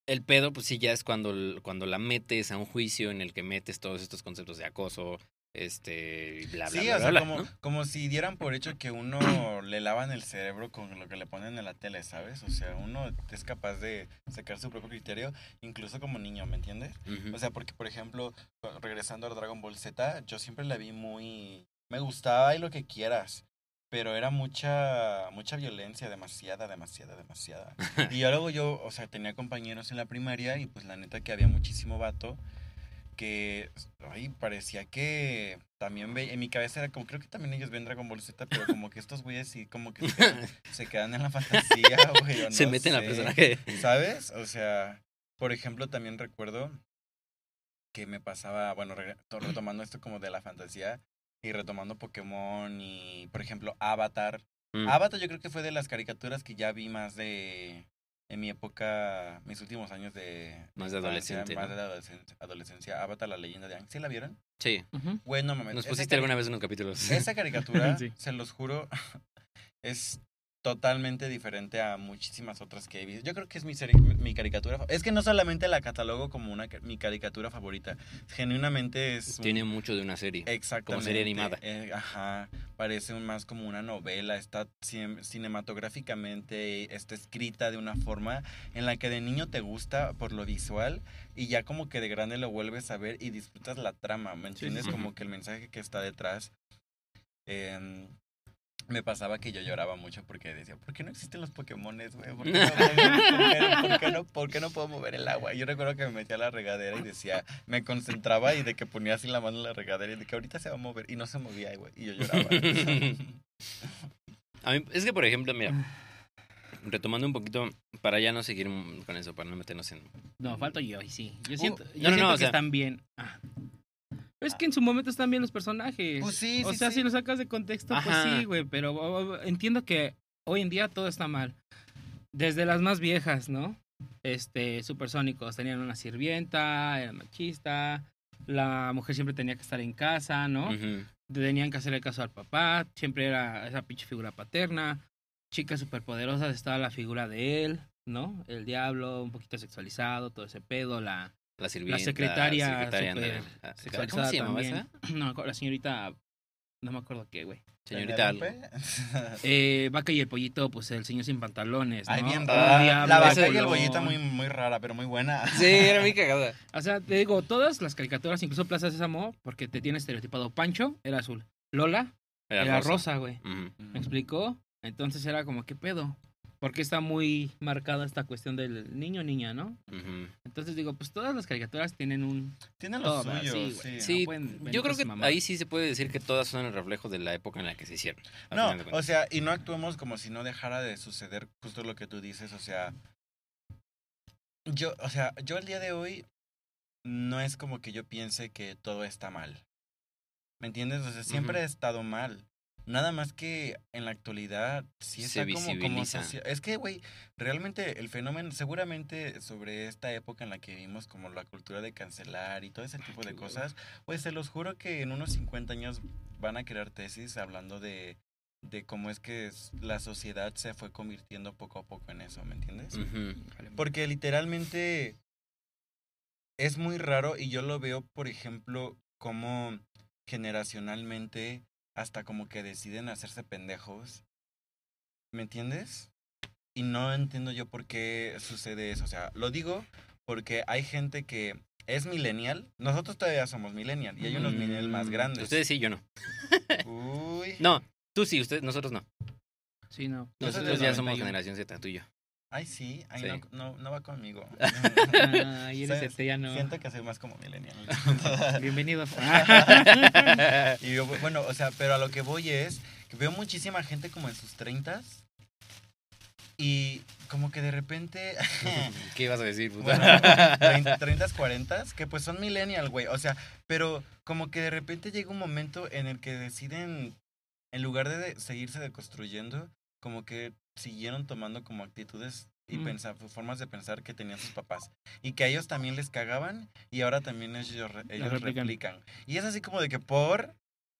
el pedo, pues sí, ya es cuando, l- cuando la metes a un juicio en el que metes todos estos conceptos de acoso, este, y bla, bla, sí, bla, bla, o sea, bla, como, ¿no? como si dieran por hecho que uno (clears throat) le lavan el cerebro con lo que le ponen en la tele, ¿sabes? O sea, uno es capaz de sacar su propio criterio, incluso como niño, ¿me entiendes? Ujú. O sea, porque, por ejemplo, regresando a Dragon Ball Z, yo siempre la vi muy... Me gustaba y lo que quieras, pero era mucha, mucha violencia, demasiada, (laughs) demasiada, demasiada. Y yo luego yo, o sea, tenía compañeros en la primaria y pues la neta que había muchísimo vato que, ay, parecía que también ve, en mi cabeza era como, creo que también ellos ven Dragon Ball Z, pero como que estos güeyes sí, como que se quedan, se (laughs) quedan en la fantasía, güey. o Se no mete en la sé. (laughs) Ah, personaje. ¿Sabes? O sea, por ejemplo, también recuerdo que me pasaba, bueno, regre- to- retomando esto como de la fantasía y retomando Pokémon y, por ejemplo, Avatar. Mm. Avatar yo creo que fue de las caricaturas que ya vi más de, en mi época, mis últimos años de... Más de infancia, adolescente, Más ¿no? de adolescencia, adolescencia. Avatar, la leyenda de Aang. ¿Sí la vieron? Sí. Güey, no mames. Nos esa pusiste cari- alguna vez unos capítulos. Esa caricatura, Sí. se los juro, (laughs) es totalmente diferente a muchísimas otras que he visto. Yo creo que es mi, serie- mi caricatura. fa- Es que no solamente la catalogo como una ca- mi caricatura favorita. Genuinamente es... un- (laughs) eh Tiene mucho de una serie. Exactamente. animada. eh, ajá. Parece un- más como una novela. Está cin- cinematográficamente, está escrita de una forma en la que de niño te gusta por lo visual y ya como que de grande lo vuelves a ver y disfrutas la trama, ¿me sí, entiendes? sí. Como que el mensaje que está detrás. em, me pasaba que yo lloraba mucho porque decía, ¿por qué no existen los Pokémones, güey? (laughs) ¿Por, qué no- por qué- por qué no- por qué no puedo mover el agua? Yo recuerdo que me metía a la regadera y decía, me concentraba y de que ponía así la mano en la regadera y de que ahorita se va a mover y no se movía, güey. Y (laughs) yo lloraba. Pues A mí- es que, por ejemplo, mira, Mm. retomando un poquito, para ya no seguir con eso, para no meternos en... No, falto yo, y sí. Yo siento, Uh, yo no, no, no, siento o que sea- están bien. Ah. Es que en su momento están bien los personajes. Pues sí, o sí, sea, sí. si lo sacas de contexto, Ajá. pues sí, güey. Pero o- o- entiendo que hoy en día todo está mal. Desde las más viejas, ¿no? Este, supersónicos tenían una sirvienta, era machista. La mujer siempre tenía que estar en casa, ¿no? Ujú. tenían que hacerle caso al papá, siempre era esa pinche figura paterna, chicas superpoderosas estaba la figura de él, ¿no? El diablo, un poquito sexualizado, todo ese pedo, la La sirvienta. secretaria secretaria, super ándale. Ah, sexualizada (clears throat) ¿Cómo se llamaba también. esa? No, la señorita no me acuerdo qué, güey. Señorita algo. pues, Penélope. Eh, vaca y el pollito, pues el señor sin pantalones. ¿no? Ay, bien Un rara. diablo, La vaca ese y el colón. bollita muy, muy rara, pero muy buena. Sí, era muy cagada. O sea, te digo, todas las caricaturas, incluso Plaza Sésamo, porque te tiene estereotipado Pancho, era azul. Lola era, rosa, güey. Ujú. ¿Me explicó? Entonces era como, ¿qué pedo? Porque está muy marcada esta cuestión del niño-niña, ¿no? Ujú. Entonces digo, pues todas las caricaturas tienen un... Tiene lo todo, suyo, sí, sí. güey. Sí, No pueden yo vender creo su que mamá. ahí sí se puede decir que todas son el reflejo de la época en la que se hicieron. al No, final de cuentas. o sea, y no actuemos como si no dejara de suceder justo lo que tú dices, o sea, yo, o sea, yo el día de hoy no es como que yo piense que todo está mal. ¿Me entiendes? O sea, siempre Ujú. ha estado mal. Nada más que en la actualidad sí Se está como, como visibiliza. socia- Es que, güey, realmente el fenómeno, seguramente sobre esta época en la que vivimos, como la cultura de cancelar y todo ese tipo de cosas, pues se los juro que en unos 50 años van a crear tesis hablando de, de cómo es que es- la sociedad se fue convirtiendo poco a poco en eso, ¿me entiendes? Ujú. Porque literalmente es muy raro y yo lo veo, por ejemplo, como generacionalmente hasta como que deciden hacerse pendejos. ¿Me entiendes? Y no entiendo yo por qué sucede eso. O sea, lo digo porque hay gente que es millennial. Nosotros todavía somos millennial y hay unos millennial más Mm, grandes. Ustedes sí, yo no. Uy. No, tú sí, ustedes, nosotros no. Sí, no. Yo soy Nosotros del ya somos 91. generación Z, tú y yo. Ay, sí. Ay, Sí. No, no, no va conmigo. (laughs) Ay, eres ¿Sabes? estellano. Siento que soy más como millennial. Bienvenido. Y yo, bueno, o sea, pero a lo que voy es que veo muchísima gente como en sus treintas y como que de repente, (laughs) ¿Qué ibas a decir? puto? Eh. bueno, treintas, cuarentas, que pues son millennial, güey, o sea, pero como que de repente llega un momento en el que deciden, en lugar de, de- seguirse deconstruyendo, como que siguieron tomando como actitudes y Mm. pensar, formas de pensar que tenían sus papás y que a ellos también les cagaban y ahora también ellos, ellos replican. replican. Y es así como de que por...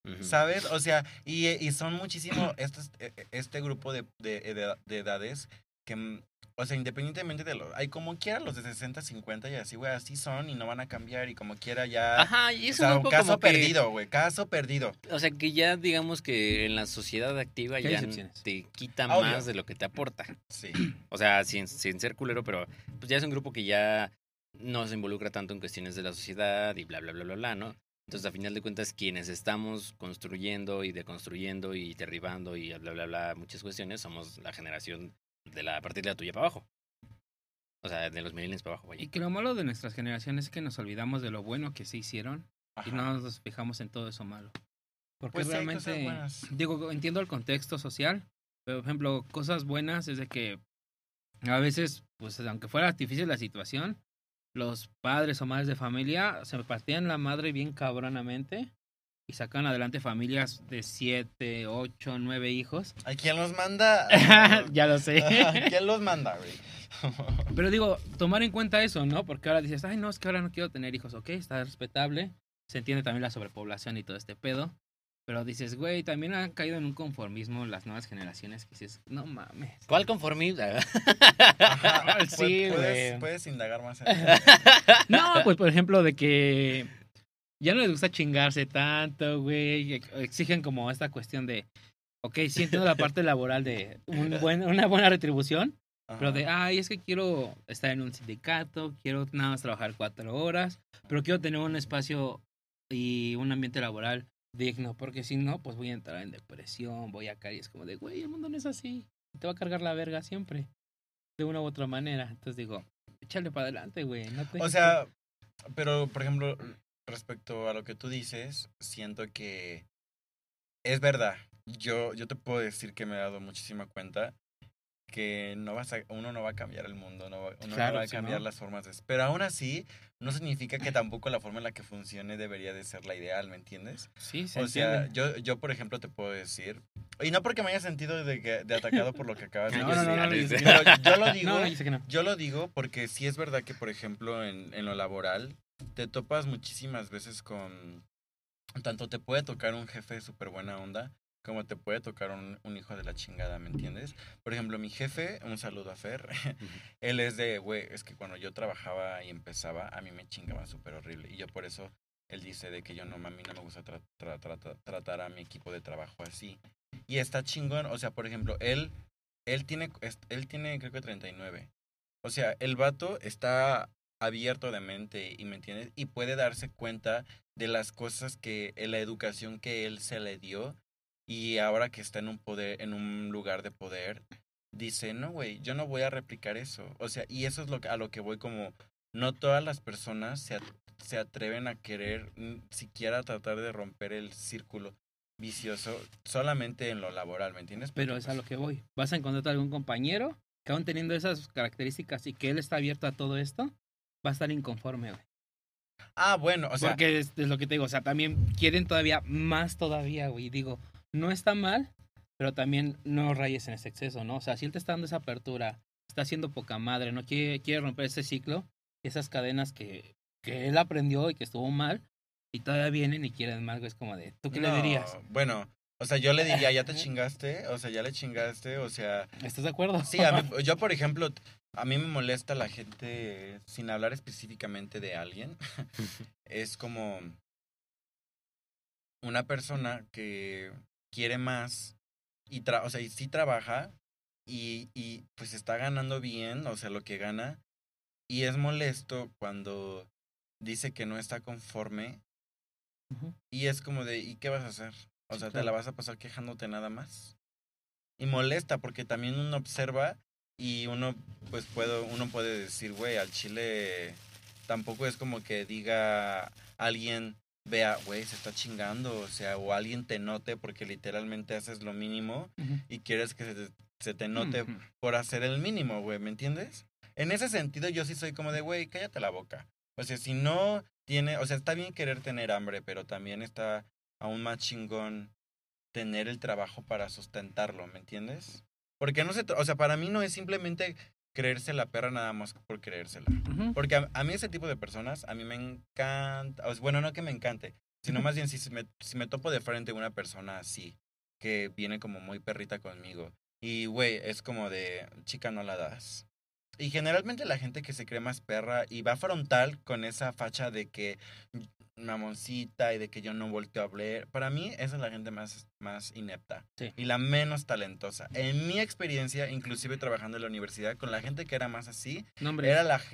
Ujú. ¿Sabes? O sea, y, eh, y son muchísimo estos, e- e- este grupo de, de, de- de edades que, mm, o sea, independientemente de los, hay como quiera los de 60, 50 y así, güey, así son y no van a cambiar y como quiera ya... Ajá, y o eso sea, es un un poco caso como que- perdido, güey, caso perdido. O sea, que ya digamos que en la sociedad activa Que hay ya excepciones. te quita Obvio. más de lo que te aporta. Sí. O sea, sin, sin ser culero, pero pues ya es un grupo que ya no se involucra tanto en cuestiones de la sociedad y bla, bla, bla, bla, bla, ¿no? Entonces, a final de cuentas, quienes estamos construyendo y deconstruyendo y derribando y bla, bla, bla, muchas cuestiones, somos la generación de la a partir de la tuya para abajo. O sea, de los millennials para abajo, Y vaya. que lo malo de nuestras generaciones es que nos olvidamos de lo bueno que se hicieron (clears throat) y Ajá. no nos fijamos en todo eso malo. Porque Pues sí, hay cosas realmente, buenas. digo, entiendo el contexto social, pero por ejemplo, cosas buenas es de que a veces, pues aunque fuera difícil la situación, los padres o madres de familia se partían la madre bien cabronamente y sacan adelante familias de siete, ocho, nueve (laughs) hijos. ¿A quién los manda? (laughs) ya lo (laughs) ¿A sé. quién los (laughs) manda, güey? Pero digo, tomar en cuenta eso, ¿no? Porque ahora dices, ay, no, es que ahora no quiero tener hijos, ok, está respetable. Se entiende también la sobrepoblación y todo este pedo. Pero dices, güey, también han caído en un conformismo las nuevas generaciones que dices, no mames. ¿Cuál conformidad? Ajá, Sí, puedes- güey. Puedes indagar más (laughs) en eso. (laughs) No, pues por ejemplo, de que ya no les gusta chingarse tanto, güey. ex- Exigen como esta cuestión de, ok, sí entiendo la parte laboral de un buen- una buena retribución, Pero de, Ajá. ay, es que quiero estar en un sindicato, quiero nada más trabajar cuatro horas, pero quiero tener un espacio y un ambiente laboral digno, porque si no, pues voy a entrar en depresión, voy a caer. Y es como de, güey, el mundo no es así. Te va a cargar la verga siempre, de una u otra manera. Entonces digo, échale para adelante, güey. no te- O sea, pero por ejemplo, respecto a lo que tú dices, siento que es verdad. Yo, yo te puedo decir que me he dado muchísima cuenta que no vas a- uno no va a cambiar el mundo, no va, uno Claro, no va a sí, ¿no? cambiar las formas de... Pero aún así, no significa que tampoco la forma en la que funcione debería de ser la ideal, ¿me entiendes? sí, se O sea, entiende. yo, yo por ejemplo te puedo decir, y no porque me haya sentido de, que- de atacado por lo que acabas (laughs) de No, decir, no, no, (laughs) no, yo sé que no. pero yo lo (laughs) digo eh. No, no, yo sé que no. yo lo digo porque sí es verdad que, por ejemplo, en, en lo laboral, te topas muchísimas veces con... Tanto te puede tocar un jefe súper buena onda como te puede tocar un, un hijo de la chingada, ¿me entiendes? Por ejemplo, mi jefe, un saludo a Fer, (laughs) él es de, güey, es que cuando yo trabajaba y empezaba, a mí me chingaban súper horrible. Y yo por eso él dice de que yo no, a mí no me gusta tra- tra- tra- tratar a mi equipo de trabajo así. Y está chingón, o sea, por ejemplo, él, él tiene, es- él tiene creo que 39. O sea, el vato está abierto de mente, ¿y me entiendes? Y puede darse cuenta de las cosas que, eh, la educación que él se le dio y ahora que está en un poder, en un lugar de poder, dice, no, güey, yo no voy a replicar eso. O sea, y eso es lo que, a lo que voy como, no todas las personas se, at- se atreven a querer mm, siquiera tratar de romper el círculo vicioso solamente en lo laboral, ¿me entiendes? Pero Porque, es a pues, lo que voy. ¿Vas a encontrar algún compañero que aún teniendo esas características y que él está abierto a todo esto, va a estar inconforme, güey? Ah, bueno, o sea, Porque es, es lo que te digo, o sea, también quieren todavía más todavía, güey. Digo, no está mal, pero también no rayes en ese exceso, ¿no? O sea, si él te está dando esa apertura, está haciendo poca madre, no quiere, quiere romper ese ciclo, esas cadenas que, que él aprendió y que estuvo mal, y todavía vienen y quieren más, güey. Es como de, ¿tú qué le no, dirías? Bueno, o sea, yo le diría, ya (laughs) te chingaste, o sea, ya le chingaste, o sea, ¿Estás de acuerdo? Sí, (laughs) a mí- yo por ejemplo, a mí me molesta la gente, sin hablar específicamente de alguien, (laughs) es como una persona que quiere más y, tra- o sea, y sí trabaja y, y pues está ganando bien, o sea, lo que gana, y es molesto cuando dice que no está conforme Ujú. y es como de, ¿y qué vas a hacer? O Sí, sea, claro. ¿te la vas a pasar quejándote nada más? Y molesta porque también uno observa y uno pues puedo, uno puede decir, güey, al chile tampoco es como que diga alguien vea, güey, se está chingando, o sea, o alguien te note porque literalmente haces lo mínimo Ujú. Mm, y quieres que se te, se te note Ujú. por hacer el mínimo, güey, ¿me entiendes? En ese sentido yo sí soy como de, güey, cállate la boca. O sea, si no tiene, o sea, está bien querer tener hambre, pero también está aún más chingón tener el trabajo para sustentarlo, ¿me entiendes? Porque no se, tra- o sea, para mí no es simplemente creerse la perra nada más por creérsela. Ujú. Porque a, a mí ese tipo de personas, a mí me encanta, o sea, bueno, no que me encante, sino más bien si se me, si me topo de frente una persona así, que viene como muy perrita conmigo, y güey, es como de, chica, no la das. Y generalmente la gente que se cree más perra y va frontal con esa facha de que mamoncita y de que yo no volteo a hablar, para mí esa es la gente más, más inepta Sí. y la menos talentosa. En mi experiencia, inclusive trabajando en la universidad, con la gente que era más así, No, hombre. (laughs) Ah, era la (laughs)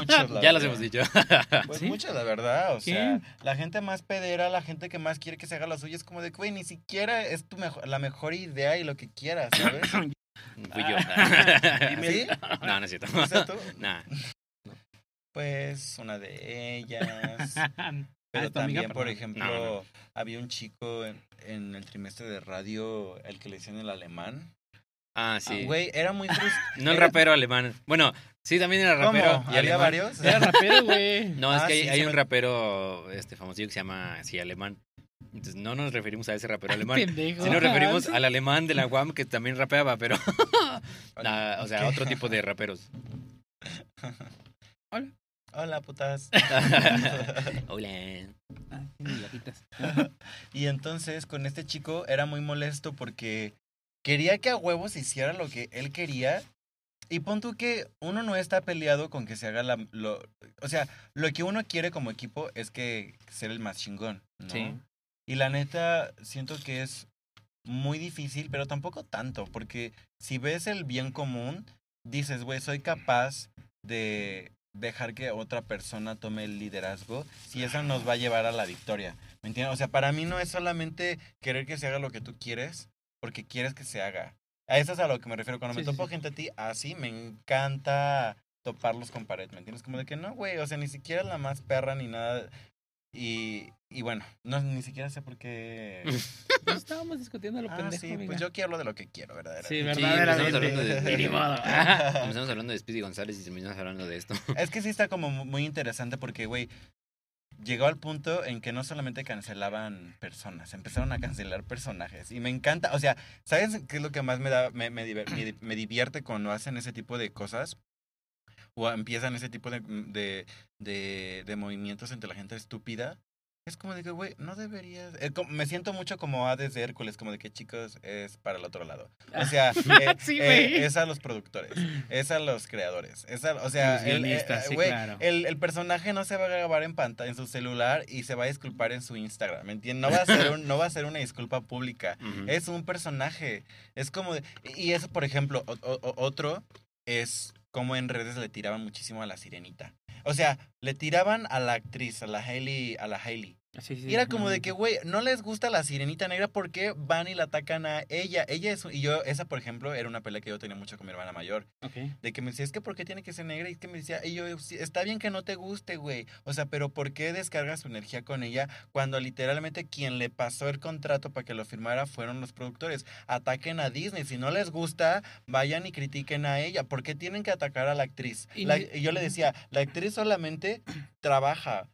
(laughs) pues, gente... (laughs) ya los hemos dicho. (laughs) Pues ¿Sí? muchas, la verdad. O sea, ¿Quién? la gente más pedera, la gente que más quiere que se haga lo suyo, es como de, güey, ni siquiera es tu mejo- la mejor idea y lo que quieras, ¿sabes? (coughs) Fui yo. Ah, (laughs) ¿Sí? no, no es (laughs) cierto. O sea, tú, Nah. pues una (laughs) de ellas. Pero tu amiga, también, por perdón. ejemplo, No, había un chico en, en el trimestre de radio, el que le decían el alemán. Ah, Ah, sí. Güey, era muy frustrante. no el rapero alemán. Bueno, sí, también era (laughs) rapero. y ¿Había alemán. varios? Era rapero, (laughs) güey. No, es Ah, que hay, sí, hay se un me- rapero este, famosillo que se llama así alemán. Entonces, no nos referimos a ese rapero (laughs) alemán. Pendejo. Si (laughs) nos referimos al alemán de la UAM que también rapeaba, pero. (laughs) nah, o sea, Ok. otro tipo de raperos. (laughs) Hola, putas. Hola. Ah, tiene hilajitas. Y entonces con este chico era muy molesto porque quería que a huevos hiciera lo que él quería. Y pon tú que uno no está peleado con que se haga la, lo... O sea, lo que uno quiere como equipo es que ser el más chingón, ¿no? Sí. Y la neta, siento que es muy difícil, pero tampoco tanto, porque si ves el bien común, dices, güey, soy capaz de dejar que otra persona tome el liderazgo, si eso nos va a llevar a la victoria. ¿Me entiendes? O sea, para mí no es solamente querer que se haga lo que tú quieres, porque quieres que se haga. A eso es a lo que me refiero. Cuando me Sí, sí, topo sí. gente a ti, así me encanta toparlos con pared, ¿me entiendes? Como de que no, güey, o sea, ni siquiera la más perra ni nada. Y, y bueno, no, ni siquiera sé por qué... Pues Estábamos discutiendo (laughs) lo Ah, pendejo, sí, amiga. pues yo quiero hablo de lo que quiero, ¿verdad? Sí, Sí, verdaderamente. empezamos hablando de- Ni modo. Comenzamos hablando de Speedy González y terminamos hablando de esto. Es que sí está como mu- muy interesante porque, güey, llegó al punto en que no solamente cancelaban personas, empezaron a cancelar personajes. Y me encanta, o sea, ¿sabes qué es lo que más me, da, me, me diver- me di- me divierte cuando hacen ese tipo de cosas? O empiezan ese tipo de, de, de- de movimientos entre la gente estúpida. Es como de que, güey, no deberías. eh, como- me siento mucho como Hades de Hércules, como de que, chicos, es para el otro lado. O sea, eh, (laughs) Sí, eh, güey. es a los productores, es a los creadores, es a, o sea, Los el, eh, guionistas, eh, sí, güey, claro. el, el personaje no se va a grabar en pantalla, en su celular y se va a disculpar en su Instagram, ¿me entiendes? No va a ser, un- no va a ser una disculpa pública. Ujú. Es un personaje. Es como. de- y eso, por ejemplo, o- o- o- otro es como en redes le tiraban muchísimo a la sirenita. O sea, le tiraban a la actriz, a la Hailey, a la Hailey. Sí, sí, Y era como de sí. que, güey, no les gusta la sirenita negra porque van y la atacan a ella. Ella es. Y yo, esa, por ejemplo, era una pelea que yo tenía mucho con mi hermana mayor. Ok. De que me decía, es que ¿por qué tiene que ser negra? Y que me decía, y yo, "Sí, está bien que no te guste, güey. O sea, pero ¿por qué descargas su energía con ella cuando literalmente quien le pasó el contrato para que lo firmara fueron los productores? Ataquen a Disney. Si no les gusta, vayan y critiquen a ella. ¿Por qué tienen que atacar a la actriz? Y La- ni- y yo le decía, la actriz solamente trabaja.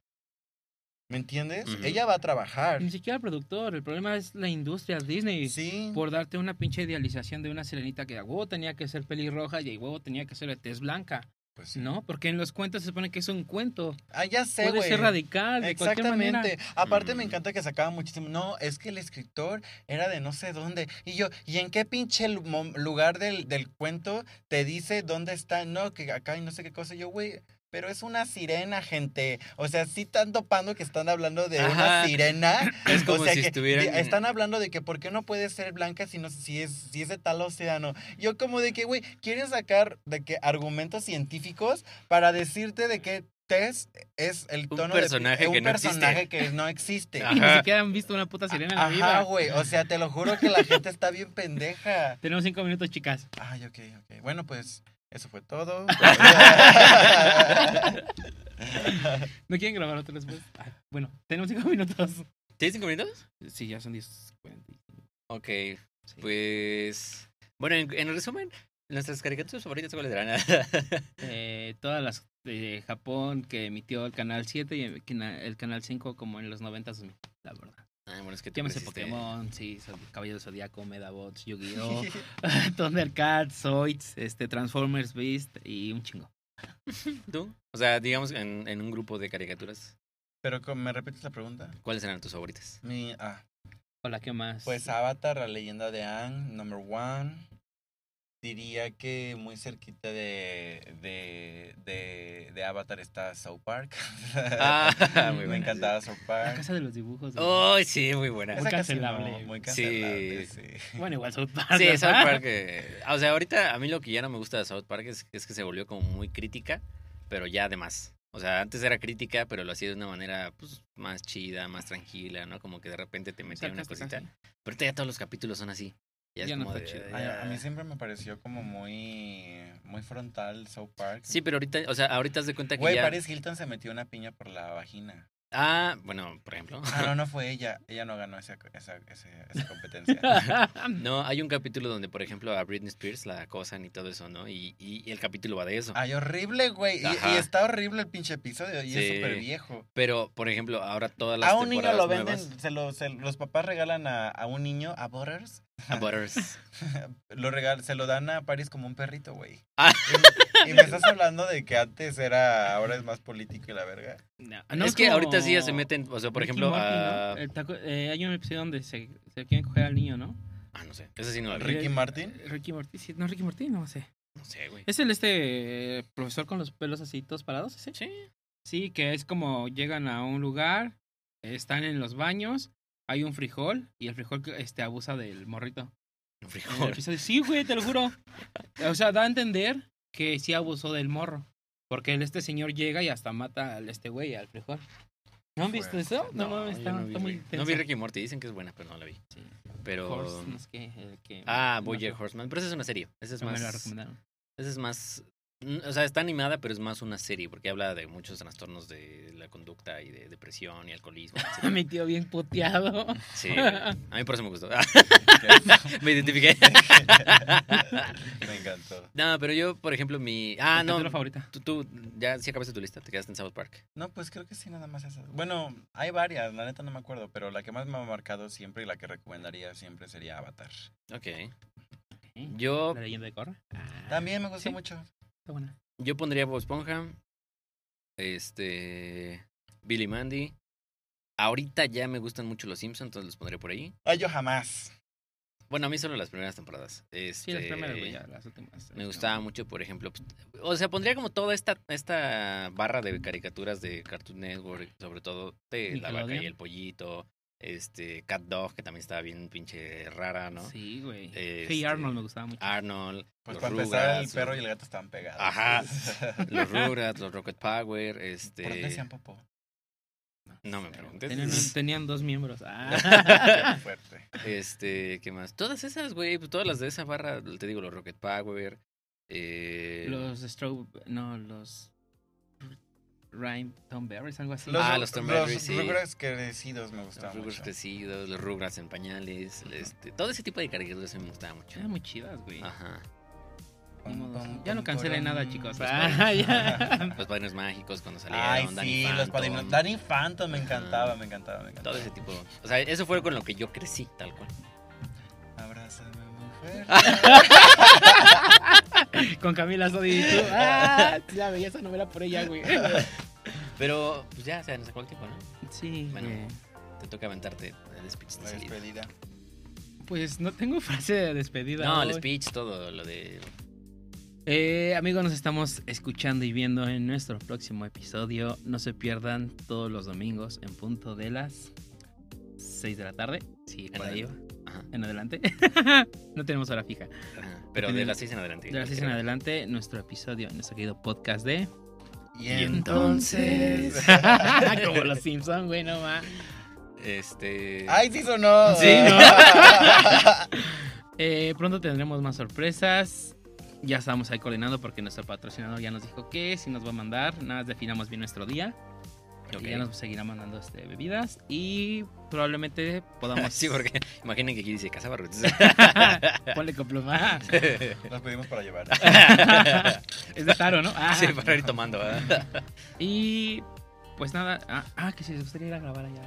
¿Me entiendes? Ujú. Ella va a trabajar. Ni siquiera el productor, el problema es la industria Disney. Sí. Por darte una pinche idealización de una sirenita que a huevo tenía que ser pelirroja y a huevo tenía que ser de tez blanca, Pues sí. ¿no? Porque en los cuentos se supone que es un cuento. Ah, ya sé, Puede güey. ser radical, de cualquier manera. Exactamente. Aparte me Mm. encanta que sacaba muchísimo. No, es que el escritor era de no sé dónde. Y yo, ¿y en qué pinche lu- mom- lugar del, del cuento te dice dónde está? No, que acá y no sé qué cosa. Y Yo, güey, pero es una sirena, gente. O sea, sí están topando que están hablando de una Ajá. sirena. Es como (laughs) o sea, si que estuvieran- di- Están hablando de que por qué no puede ser blanca si, no, si, es, si es de tal océano. Yo como de que, güey, quieren sacar de que argumentos científicos para decirte de que test es el Un tono personaje de, eh, un que no existe. personaje que no existe. Y ni (laughs) Ajá. siquiera han visto una puta sirena en la Ajá, vida. güey. O sea, te lo juro que la gente está bien pendeja. Tenemos cinco minutos, chicas. Ay, ok, ok. Bueno, pues eso (laughs) fue todo. ¿No quieren grabar otra después? Ah. Ay, bueno, tenemos cinco minutos. ¿Tienes cinco minutos? Sí, ya son diez. cuarenta y- Ok, sí. pues... Bueno, en, en resumen, nuestras caricaturas favoritas, ¿cuáles eran? (laughs) Eh, todas las de Japón que emitió el canal 7 y el cana- el canal 5 como en los 90 2000, la verdad. Ay, Ah, bueno, es que tú Llámese creciste- Pokémon, sí, Sol- Caballero del Zodíaco, Medabots, (laughs) Yu-Gi-Oh, (laughs) Thundercats, Zoids, este Transformers Beast y un chingo. ¿Tú? O sea, digamos, en, en un grupo de caricaturas, (laughs) Pero co- me repites la pregunta. ¿cuáles eran tus (laughs) favoritas? Mi, ah, Hola, ¿qué más? pues Avatar, la leyenda de Aang, number one. Diría que muy cerquita de, de, de, de Avatar está South Park. (laughs) Ah, (laughs) muy me buena, encantaba South la Park. casa de los dibujos. güey. ah. ¡Oh, sí, muy buena! Muy Esa casi no, cancelable. muy Sí. cancelable, sí. Bueno, igual South Park. Sí, South ¿verdad? (laughs) Park. eh, o sea, ahorita a mí lo que ya no me gusta de South Park es, es que se volvió como muy crítica, pero ya además. O sea, antes era crítica, pero lo hacía de una manera pues, más chida, más tranquila, ¿no? Como que de repente Pues te metía una Sarcástica, cosita. sí. Pero ahorita ya todos los capítulos son así. Ya, Ya es no como está de- chido. Ay, a- a mí ah. siempre me pareció como muy, muy frontal South Park. Sí, pero ahorita, o sea, ahorita has de cuenta que Güey, ya... Paris Hilton se metió una piña por la vagina. Ah, bueno, por (clears throat) ejemplo. Ah, no, no fue ella. Ella no ganó esa, esa, ese- esa competencia. (laughs) No, hay un capítulo donde, por ejemplo, a Britney Spears la acosan y todo eso, ¿no? Y, y- y el capítulo va de eso. Ay, horrible, güey. Y, Ajá. y está horrible el pinche episodio. Y es Sí. súper viejo. Pero, por ejemplo, ahora todas las A un niño temporadas lo venden, nuevas- se lo, se- los papás regalan a, a un niño, a Butters, a Butters. lo regal, se lo dan a Paris como un perrito, güey. Ah. Y, y me estás hablando de que antes era, ahora es más político y la verga. (laughs) No, Ah, no es que como ahorita sí ya se meten, o sea, por Ricky ejemplo, ah, Morty, ¿no? a... El taco- eh, hay un episodio donde se, se quieren coger al niño, ¿no? Ah, no sé. Ese sí no lo vi. Ricky Eh, (laughs) Martin. (laughs) Ricky Morty, sí, no, Ricky Morty, no sé. No sé, güey. Es el este eh, profesor con los pelos así todos parados, ¿sí? Sí. Sí, que es como llegan a un lugar, están en los baños, hay un frijol y el frijol que, este abusa del morrito. Un En el frijol. episodio- Sí, güey, te lo juro. O sea, da a entender que sí abusó del morro. Porque el- este señor llega y hasta mata al este güey, al frijol. ¿No han visto Fuerte. eso? No, mames, yo está, no vi, está muy güey. No vi Ricky Morty, dicen que es buena, pero no la vi. Sí. Pero... Horse, no sé qué, el que- Ah, no Boyer sé, Horseman. Pero esa es una serie. Esa es me la más... recomendaron. (laughs) Esa es más... mm, O sea, está animada, pero es más una serie, porque habla de muchos trastornos de la conducta y de depresión y alcoholismo. A etcétera. mi tío bien puteado. Sí, (laughs) güey. a mí por eso me gustó. (laughs) me identifiqué. me encantó. No, pero yo, por ejemplo, mi... Ah, no, La favorita. tú, tú ya sí acabaste tu lista, te quedaste en South Park. No, pues creo que sí, nada más esa. Bueno, hay varias, la neta no me acuerdo, pero la que más me ha marcado siempre y la que recomendaría siempre sería Avatar. Ok. Yo, La leyenda de Korra. También me gusta Sí. mucho. Está buena. yo pondría Bob Esponja, este, Billy Mandy, Ahorita ya me gustan mucho los Simpsons, entonces los pondré por ahí. Ay, yo jamás. Bueno, a mí solo las primeras temporadas. Sí, las Este, primeras, güey, ya, las últimas. este, Me gustaba mucho, por ejemplo. pues, O sea, pondría como toda esta, esta barra de caricaturas de Cartoon Network, sobre todo de La Vaca Nickelodeon. y el Pollito, este, Cat Dog, que también estaba bien pinche rara, ¿no? Sí, güey. Hey Este- Arnold me gustaba mucho. Arnold, Pues los para empezar, el Rugrats, perro y el gato estaban pegados. (laughs) Ajá. los Rugrats, los Rocket Power, este... ¿Por dónde (laughs) hacían popó? No me preguntes. Tenían, tenían dos miembros. Qué Ah. fuerte. (laughs) Este, ¿qué más? Todas esas, güey, pues, todas las de esa barra, te digo, los Rocket Power, eh, los Strobe. No, los. Rhyme Tom Berries, algo así. Los, Ah, los Tom Berry, Los sí. Rugrats crecidos me los gustaban Rugrats mucho. crecidos, los Rugrats en pañales, este, todo ese tipo de caricaturas a mí me gustaba mucho. Eran muy chidas, güey. Ajá. Ni Pum, modo. pum, Ya no pum, cancelé pum. nada, (laughs) chicos. Los Ah, ya. Los padrinos mágicos cuando salieron, Ay, Danny sí, los Phantom, padrinos. Danny Phantom me Ajá. encantaba, me encantaba, me encantaba. Todo ese tipo. O sea, eso fue con lo que yo crecí, tal cual. Abrázame, (laughs) mujer. (laughs) Con Camila Sodi. y (laughs) tú. Ah, ya veía esa novela por ella, güey. Pero, pues ya, o sea, nos acabó el tiempo, ¿no? Sí, Bueno. güey. Te toca aventarte el speech de La salida. despedida. Pues no tengo frase de despedida. No, el hoy. speech, todo lo de. Eh, amigos, nos estamos escuchando y viendo en nuestro próximo episodio. No se pierdan todos los domingos en punto de las 6 de la tarde. Sí, por ahí va. Ajá. En adelante. (laughs) no tenemos hora fija. Ajá, Pero de las seis en adelante. De las 6 en adelante, nuestro episodio, nuestro querido podcast de. Y entonces- (laughs) Como los Simpsons, güey, no más. Este. Ay, sí sonó. Sí, ¿no? Eh, pronto tendremos más sorpresas. Ya estamos ahí coordinando porque nuestro patrocinador ya nos dijo que si nos va a mandar, nada más definamos bien nuestro día. ok. Y ya nos seguirá mandando este, bebidas y probablemente podamos... (laughs) (laughs) Sí, porque imaginen que aquí dice (laughs) Casa (laughs) Barruts. Ponle con (laughs) pluma. (laughs) Nos pedimos para llevar. (laughs) es de Taro, ¿no? Ah. sí, pues. para ir tomando. ¿verdad? Y pues nada... Ah, ah, que si les gustaría ir a grabar allá.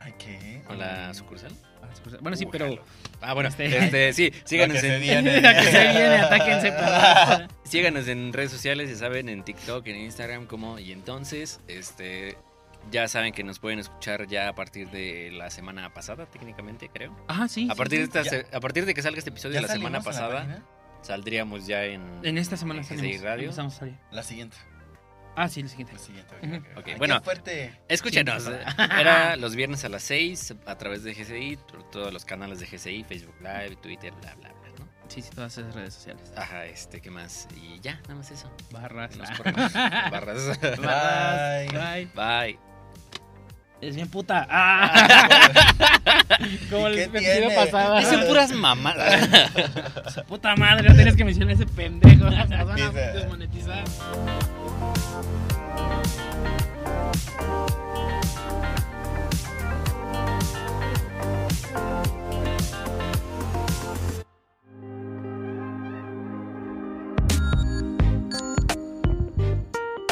Ay, ¿qué? ¿Con la sucursal? a las cosas. Bueno, sí, Uh, pero... (laughs) jalo. Ah, bueno, Este- este, sí, síganos Lo que se en, (laughs) viene. La que se viene, atáquense. perros. síganos en redes sociales, ya saben, en TikTok, en Instagram, como y entonces, este, ya saben que nos pueden escuchar ya a partir de la semana pasada, técnicamente, creo. Ah, sí. A sí, partir de, sí. esta, se- a partir de que salga este episodio ¿Ya de la semana salimos en pasada, página? saldríamos ya en... En esta semana en salimos. GSI Radio. Empezamos a salir. La siguiente. Ah, sí, el siguiente. La siguiente. Ujú. ok, ok. Ok, Ay, qué bueno. fuerte. Escúchenos. Sí, eh, Era los viernes a las 6 a través de GCI, por todos los canales de GCI, Facebook Live, Twitter, bla, bla, bla, ¿no? Sí, sí, todas esas redes sociales. Ajá, este, ¿qué más? Y ya, nada más eso. Barras. Nos ah. corremos. Barras. (laughs) Barras. Bye. Bye. Bye. Es bien puta. (laughs) Ah. (laughs) Como ¿Y el qué episodio tiene? pasado. Dicen puras mamadas. Puta madre, no tienes que mencionar ese pendejo. Nos van a Dice- desmonetizar.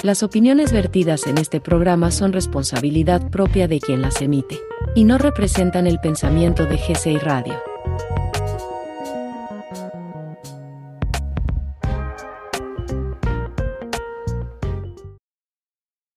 Las opiniones vertidas en este programa son responsabilidad propia de quien las emite, y no representan el pensamiento de GCI Radio.